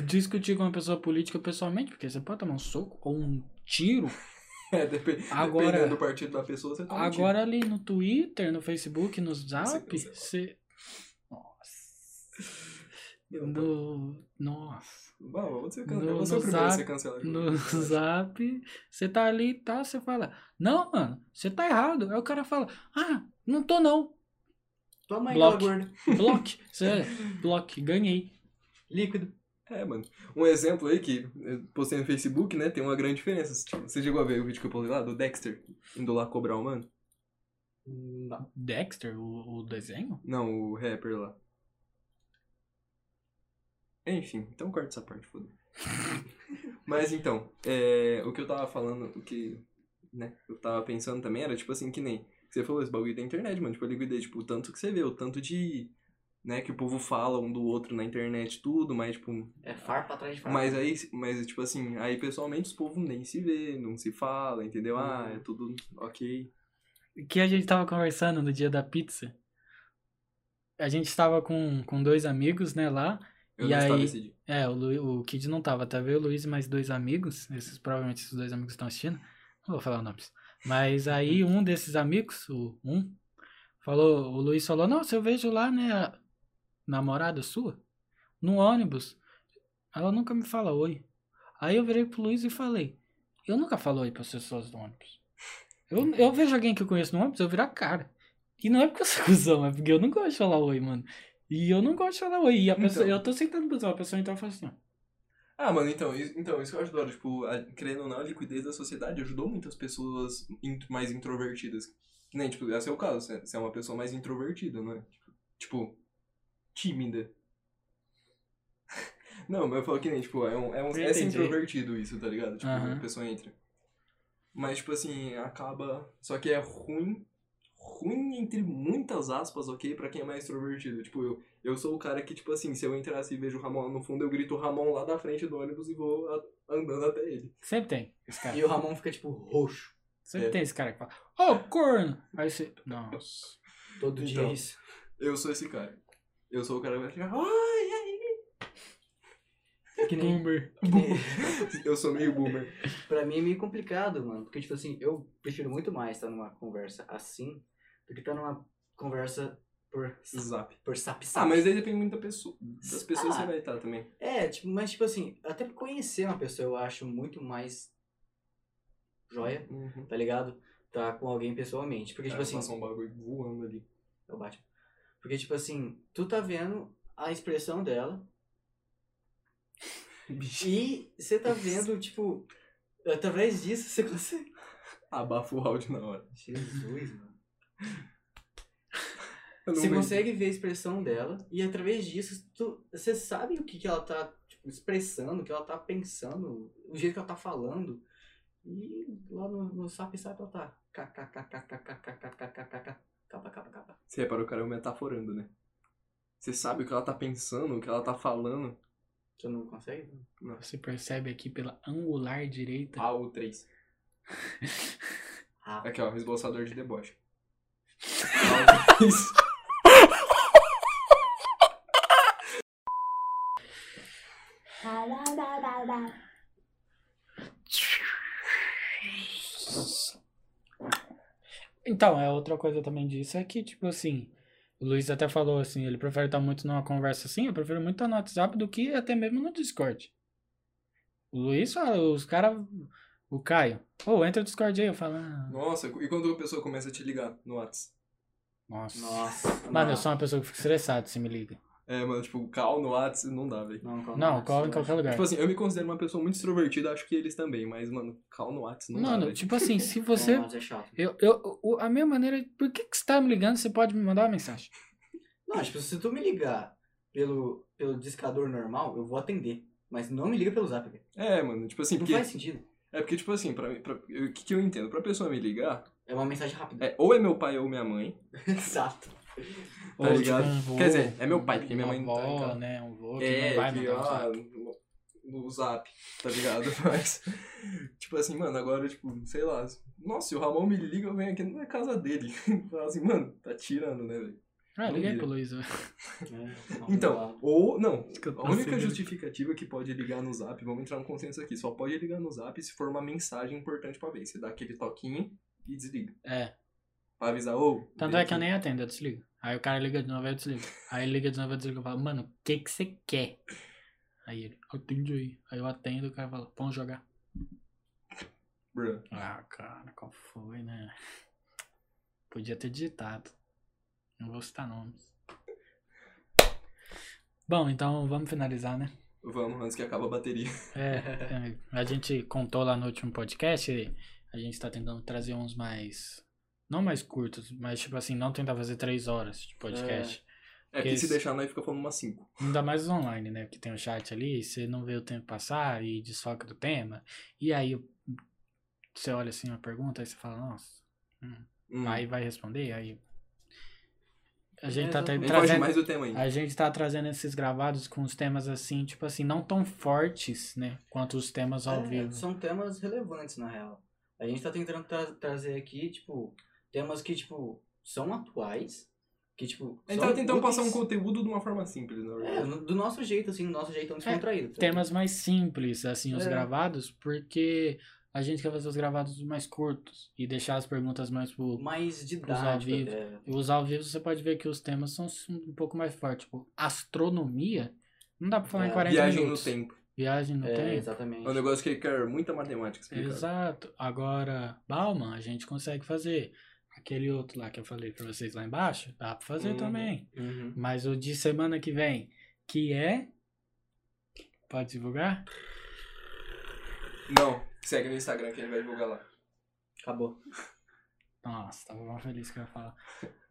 Speaker 1: discutir com uma pessoa política pessoalmente, porque você pode tomar um soco ou um tiro.
Speaker 3: É, depe-
Speaker 1: Agora-
Speaker 3: dependendo do partido da pessoa, você tá mentindo.
Speaker 1: Agora ali no Twitter, no Facebook, no Zap,
Speaker 3: Você-
Speaker 1: você. Nossa.
Speaker 3: Não,
Speaker 1: No. Nossa.
Speaker 3: Bom, você can...
Speaker 1: No-
Speaker 3: eu vou ser
Speaker 1: no
Speaker 3: o primeiro a
Speaker 1: zap-
Speaker 3: ser cancelado.
Speaker 1: no zap, você tá ali e tal, você fala, não, mano, você tá errado. Aí o cara fala, ah, não tô não.
Speaker 2: Toma aí,
Speaker 1: Block.
Speaker 2: gordo.
Speaker 1: Block, você block, ganhei.
Speaker 2: Líquido.
Speaker 3: É, mano. Um exemplo aí que eu postei no Facebook, né? Tem uma grande diferença. Tipo, você chegou a ver o vídeo que eu postei lá do Dexter indo lá cobrar o mano?
Speaker 2: Não.
Speaker 1: Dexter, o, o desenho?
Speaker 3: Não, o rapper lá. Enfim, então corta essa parte, foda Mas então, é, o que eu tava falando, o que né, eu tava pensando também era, tipo assim, que nem você falou esse bagulho da internet, mano. Tipo, eu liguei, tipo, o tanto que você vê, o tanto de. né, que o povo fala um do outro na internet, tudo, mas, tipo,
Speaker 2: É farpa atrás de farpa.
Speaker 3: Mas aí, mas tipo assim, aí pessoalmente os povos nem se vê, não se fala, entendeu? Ah,
Speaker 1: Uhum.
Speaker 3: é tudo ok.
Speaker 1: Que a gente tava conversando no dia da pizza. A gente tava com, com dois amigos, né, lá.
Speaker 3: Eu
Speaker 1: E
Speaker 3: não estava
Speaker 1: aí?
Speaker 3: esse dia.
Speaker 1: É, o, Lu, o Kid não tava, tá vendo? O Luiz e mais dois amigos. Esses, provavelmente esses dois amigos estão assistindo. Não vou falar nomes. Mas aí um desses amigos, o um, falou, o Luiz falou, nossa, eu vejo lá, né, a namorada sua, no ônibus. Ela nunca me fala oi. Aí eu virei pro Luiz e falei, eu nunca falo oi pras pessoas do ônibus. Eu, eu vejo alguém que eu conheço no ônibus, eu viro a cara. E não é porque eu sou cuzão, é porque eu não gosto de falar oi, mano. E eu não gosto de falar oi. E a pessoa,
Speaker 3: Então.
Speaker 1: eu tô sentado no busão, a pessoa então fala assim, ó.
Speaker 3: Ah, mano, então, isso- então, isso que eu acho da hora, tipo, a, querendo ou não, a liquidez da sociedade ajudou muitas pessoas in- mais introvertidas. Que nem, tipo, esse é o caso, você- você é uma pessoa mais introvertida, não é? Tipo, tímida. Não, mas eu falo que nem, tipo, é, um, é, um,
Speaker 1: Eu
Speaker 3: é ser
Speaker 1: entendi.
Speaker 3: introvertido isso, tá ligado? Tipo,
Speaker 1: Aham.
Speaker 3: a pessoa entra. Mas, tipo assim, acaba. Só que é ruim, ruim entre muitas aspas, ok? Pra quem é mais extrovertido. Tipo, eu, eu sou o cara que, tipo assim, se eu entrasse e vejo o Ramon no fundo, eu grito Ramon lá da frente do ônibus e vou a- andando até ele.
Speaker 1: Sempre tem esse cara.
Speaker 2: E o Ramon fica, tipo, roxo.
Speaker 1: Sempre
Speaker 3: É.
Speaker 1: tem esse cara que fala, ô, corno! Aí você. Nossa.
Speaker 2: Todo dia
Speaker 3: Então.
Speaker 2: é isso.
Speaker 3: Eu sou esse cara. Eu sou o cara que vai ficar. Ai, ai.
Speaker 2: É Que nem,
Speaker 1: Boomer.
Speaker 2: que nem-
Speaker 3: é." Eu sou meio boomer.
Speaker 2: Pra mim é meio complicado, mano. Porque, tipo assim, eu prefiro muito mais estar numa conversa assim do que estar numa conversa por,
Speaker 3: Zap.
Speaker 2: por sap-sap.
Speaker 3: Ah, mas aí depende muito da pessoa, das pessoas que
Speaker 2: Ah.
Speaker 3: você vai estar também.
Speaker 2: É, tipo, mas, tipo assim, até pra conhecer uma pessoa eu acho muito mais joia,
Speaker 3: Uhum.
Speaker 2: tá ligado? Tá com alguém pessoalmente. Porque, tipo
Speaker 3: Cara,
Speaker 2: assim,
Speaker 3: passar um bagulho voando ali.
Speaker 2: eu bato. Porque, tipo assim, tu tá vendo a expressão dela
Speaker 3: Bicho.
Speaker 2: e você tá vendo, tipo, através disso você consegue.
Speaker 3: Abafa o áudio na hora.
Speaker 2: Jesus, mano.
Speaker 3: Eu não
Speaker 2: Você
Speaker 3: vejo.
Speaker 2: consegue ver a expressão dela e através disso tu, você sabe o que, que ela tá tipo, expressando, o que ela tá pensando, o jeito que ela tá falando. E lá no, no Sap Sap ela tá. kkkkkkkkkkkkkkk, Capa, capa, capa.
Speaker 3: Você repara o cara é um metaforando, né? Você sabe o que ela tá pensando, o que ela tá falando.
Speaker 2: Você não consegue?
Speaker 1: Você percebe aqui pela angular direita.
Speaker 3: Ah, o 3.
Speaker 2: Ah,
Speaker 3: Aqui, ó, esboçador de deboche.
Speaker 1: Então, é outra coisa também disso é que, tipo assim, o Luiz até falou assim, ele prefere estar muito numa conversa assim, eu prefiro muito estar no WhatsApp do que até mesmo no Discord. O Luiz fala, os caras. O Caio, ô, entra no Discord aí, eu falo. "Ah,
Speaker 3: Nossa, e quando a pessoa começa a te ligar no WhatsApp?
Speaker 1: Nossa.
Speaker 2: nossa.
Speaker 1: Mano,
Speaker 2: não.
Speaker 1: eu sou uma pessoa que fica estressada se me liga.
Speaker 3: É, mano, tipo, cal no WhatsApp não dá, velho.
Speaker 2: Não,
Speaker 1: Não,
Speaker 2: calma,
Speaker 1: cola
Speaker 2: calma,
Speaker 1: em
Speaker 2: calma.
Speaker 1: qualquer um lugar.
Speaker 3: Tipo assim, eu me considero uma pessoa muito extrovertida, acho que eles também, mas, mano, cal no WhatsApp não dá.
Speaker 1: Mano,
Speaker 3: velho.
Speaker 1: tipo assim, se
Speaker 2: Não,
Speaker 1: você.
Speaker 2: mas é chato.
Speaker 1: Eu, eu, o- a minha maneira. Por que, que você tá me ligando? Você pode me mandar uma mensagem.
Speaker 2: Não, tipo, se tu me ligar pelo, pelo discador normal, eu vou atender. Mas não me liga pelo zap. velho.
Speaker 3: É, mano, tipo assim,
Speaker 2: Não
Speaker 3: porque.
Speaker 2: faz sentido.
Speaker 3: É porque, tipo assim, pra mim. pra- eu- O que, que eu entendo? Pra pessoa me ligar,
Speaker 2: É uma mensagem rápida.
Speaker 3: é, ou é meu pai ou minha mãe.
Speaker 2: Exato.
Speaker 3: Tá
Speaker 1: tipo,
Speaker 3: ligado?
Speaker 1: um
Speaker 3: Quer dizer, é meu pai, porque minha mãe não
Speaker 1: não
Speaker 3: tá em casa.
Speaker 1: né? Um vô que
Speaker 3: É,
Speaker 1: não vai
Speaker 3: que,
Speaker 1: mandar um
Speaker 3: ó,
Speaker 1: zap.
Speaker 3: no, no zap, tá ligado? Mas, tipo assim, mano, agora, tipo, sei lá. Nossa, se o Ramon me liga, eu venho aqui na casa dele. Fala assim, mano, tá tirando, né, velho?
Speaker 1: Ah,
Speaker 3: não
Speaker 1: liguei
Speaker 3: liga.
Speaker 1: pro Luiz. ó.
Speaker 2: É, não,
Speaker 3: Então, ou, não,
Speaker 1: Acho que eu tô
Speaker 3: a única
Speaker 1: sendo-
Speaker 3: justificativa que pode ligar no zap, vamos entrar no consenso aqui, só pode ligar no zap se for uma mensagem importante pra vez. Você dá aquele toquinho e desliga.
Speaker 1: É.
Speaker 3: Pra avisar, ou.
Speaker 1: Tanto
Speaker 3: vem
Speaker 1: é que eu
Speaker 3: aqui.
Speaker 1: nem atendo, eu desligo. Aí o cara liga de novo, eu desligo. Aí ele liga de novo, eu desligo. Eu falo, mano, o que que você quer? Aí ele, atende aí. Aí eu atendo, o cara fala, vamos jogar.
Speaker 3: Bruh.
Speaker 1: Ah, cara, qual foi, né? Podia ter digitado. Não vou citar nomes. Bom, então vamos finalizar, né?
Speaker 3: Vamos, antes que acaba a bateria.
Speaker 1: É, é, a gente contou lá no último podcast, e a gente tá tentando trazer uns mais. Não mais curtos, mas tipo assim, não tentar fazer três horas de podcast.
Speaker 3: É
Speaker 1: Que
Speaker 3: que se
Speaker 1: isso.
Speaker 3: deixar, nós fica falando umas 5.
Speaker 1: Ainda mais os online, né? Porque tem o chat ali, você não vê o tempo passar e desfoca do tema. E aí você olha assim uma pergunta, aí você fala, nossa,
Speaker 3: Hum.
Speaker 1: aí vai responder, aí. A gente tá
Speaker 2: exatamente.
Speaker 1: trazendo.
Speaker 3: Foge mais um. do tema ainda.
Speaker 1: A gente tá trazendo esses gravados com os temas assim, tipo assim, não tão fortes, né? Quanto os temas ao
Speaker 2: É,
Speaker 1: vivo.
Speaker 2: São temas relevantes, na real. A gente tá tentando tra- trazer aqui, tipo, temas que, tipo, são atuais. Que, tipo.
Speaker 3: A gente tá
Speaker 2: são
Speaker 3: tentando
Speaker 2: úteis.
Speaker 3: passar um conteúdo de uma forma simples, na
Speaker 2: É,
Speaker 3: verdade.
Speaker 2: no- do nosso jeito, assim, do nosso jeitão descontraído. tá
Speaker 1: É, temas mais simples, assim, os
Speaker 2: É.
Speaker 1: gravados, porque a gente quer fazer os gravados mais curtos e deixar as perguntas mais
Speaker 2: ligado?
Speaker 1: pro.
Speaker 2: Mais
Speaker 1: ao
Speaker 2: didático.
Speaker 1: vivo.
Speaker 2: até.
Speaker 1: E Os ao vivo você pode ver que os temas são um pouco mais fortes. Tipo, astronomia, não dá pra falar em
Speaker 2: É,
Speaker 1: 40
Speaker 3: Viagem
Speaker 1: minutos.
Speaker 3: no tempo.
Speaker 1: Viagem no
Speaker 2: É,
Speaker 1: tempo.
Speaker 2: exatamente.
Speaker 3: É um negócio que quer muita matemática explicada.
Speaker 1: Exato. Agora, Bauman, a gente consegue fazer. Aquele outro lá que eu falei pra vocês lá embaixo, dá pra fazer
Speaker 3: Uhum.
Speaker 1: também.
Speaker 2: Uhum.
Speaker 1: Mas o de semana que vem, que é. Pode divulgar?
Speaker 3: Não, segue no Instagram que ele vai divulgar lá.
Speaker 2: Acabou.
Speaker 1: Nossa, tava mal feliz que eu ia falar.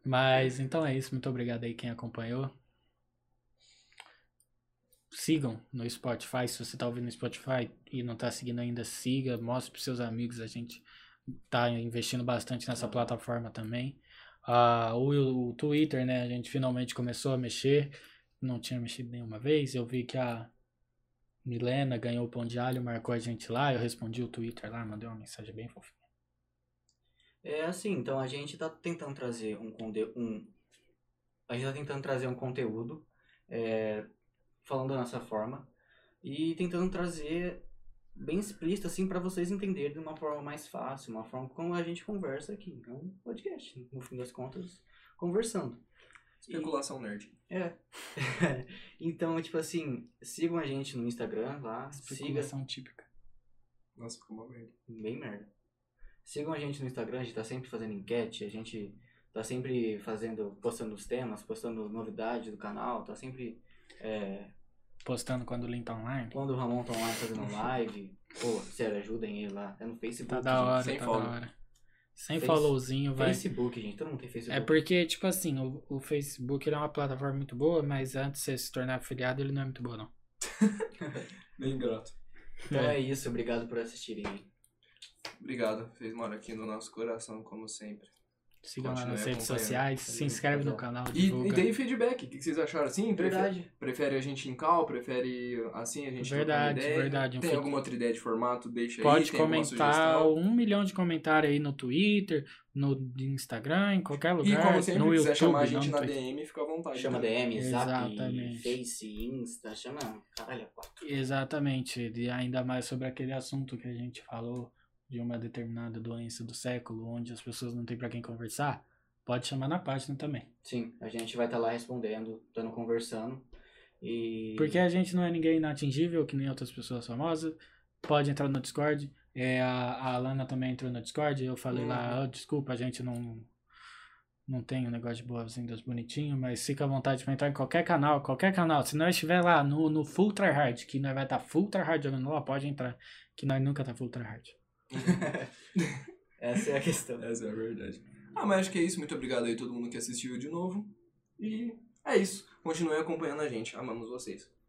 Speaker 1: Mas então é isso. Muito obrigado aí quem acompanhou. Sigam no Spotify. Se você tá ouvindo no Spotify e não tá seguindo ainda, siga. Mostre pros seus amigos. A gente tá investindo bastante nessa plataforma também. Ah, o, o Twitter, né? A gente finalmente começou a mexer. Não tinha mexido nenhuma vez. Eu vi que a Milena ganhou o pão de alho, marcou a gente lá. Eu respondi o Twitter lá, mandei uma mensagem bem fofinha.
Speaker 2: É assim, então a gente tá tentando trazer um conde... um a gente tá tentando trazer um conteúdo é, falando da nossa forma e tentando trazer bem explícito assim pra vocês entenderem de uma forma mais fácil, uma forma como a gente conversa aqui, é um podcast, no fim das contas, conversando.
Speaker 3: Especulação nerd.
Speaker 2: É. então, tipo assim, sigam a gente no Instagram lá, siga
Speaker 1: Especulação típica.
Speaker 3: Nossa, ficou uma merda.
Speaker 2: Bem merda. Sigam a gente no Instagram, a gente tá sempre fazendo enquete, a gente tá sempre fazendo, postando os temas, postando novidades do canal, tá sempre é,
Speaker 1: Postando quando o Link tá online.
Speaker 2: quando o Ramon tá lá fazendo live. Pô, sério, ajudem ele lá. É no Facebook.
Speaker 1: Tá da hora,
Speaker 3: sem
Speaker 1: tá
Speaker 3: follow.
Speaker 1: da hora. Sem
Speaker 2: Face-
Speaker 1: followzinho,
Speaker 2: gente.
Speaker 1: vai.
Speaker 2: Facebook, gente. Todo mundo tem Facebook.
Speaker 1: É porque, tipo assim, o, o Facebook ele é uma plataforma muito boa, mas antes de você se tornar afiliado, ele não é muito boa, não.
Speaker 3: Bem grato.
Speaker 2: Então é isso, obrigado por assistirem.
Speaker 3: Obrigado, fez morar aqui no nosso coração, como sempre.
Speaker 1: Sigam lá
Speaker 3: Continue
Speaker 1: nas redes
Speaker 3: acompanhando.
Speaker 1: sociais, se inscreve no canal,
Speaker 3: E,
Speaker 1: divulga.
Speaker 3: e deem feedback, o que que vocês acharam? Sim, prefe-
Speaker 2: Verdade.
Speaker 3: prefere a gente em cal, prefere assim a gente trocando
Speaker 1: Verdade,
Speaker 3: ideia?
Speaker 1: verdade, um
Speaker 3: Tem
Speaker 1: feed-
Speaker 3: alguma outra ideia de formato? Deixa aí,
Speaker 1: Pode
Speaker 3: tem alguma
Speaker 1: comentar
Speaker 3: sugestão?
Speaker 1: um milhão de comentários aí no Twitter, no Instagram, em qualquer
Speaker 3: E
Speaker 1: lugar.
Speaker 3: como sempre,
Speaker 1: no
Speaker 3: quiser
Speaker 1: YouTube,
Speaker 3: chamar a
Speaker 1: não
Speaker 3: gente
Speaker 1: no
Speaker 3: na
Speaker 1: Twitter.
Speaker 3: DM, fica à vontade. tá?
Speaker 2: Chama
Speaker 3: também.
Speaker 2: DM,
Speaker 1: Exatamente.
Speaker 2: Zap, Face, Insta, chama. Caralho, é quatro.
Speaker 1: Exatamente, e ainda mais sobre aquele assunto que a gente falou de uma determinada doença do século, onde as pessoas não têm pra quem conversar. Pode chamar na página também.
Speaker 2: Sim, a gente vai estar lá respondendo, estando conversando. E.
Speaker 1: Porque a gente não é ninguém inatingível, que nem outras pessoas famosas. Pode entrar no Discord. É, a, a Alana também entrou no Discord. Eu falei lá, "Ah, desculpa, a gente não, não tem um negócio de boas-vindas bonitinho, mas fica à vontade pra entrar em qualquer canal, qualquer canal. Se nós estiver lá no, no Full Try Hard, que nós vai estar tá Full Try Hard jogando lá, pode entrar. Que nós nunca tá Full Try Hard.
Speaker 2: Essa é a questão.
Speaker 3: Essa é a verdade. Ah, mas acho que é isso. Muito obrigado aí a todo mundo que assistiu de novo. E é isso. Continue acompanhando a gente. Amamos vocês.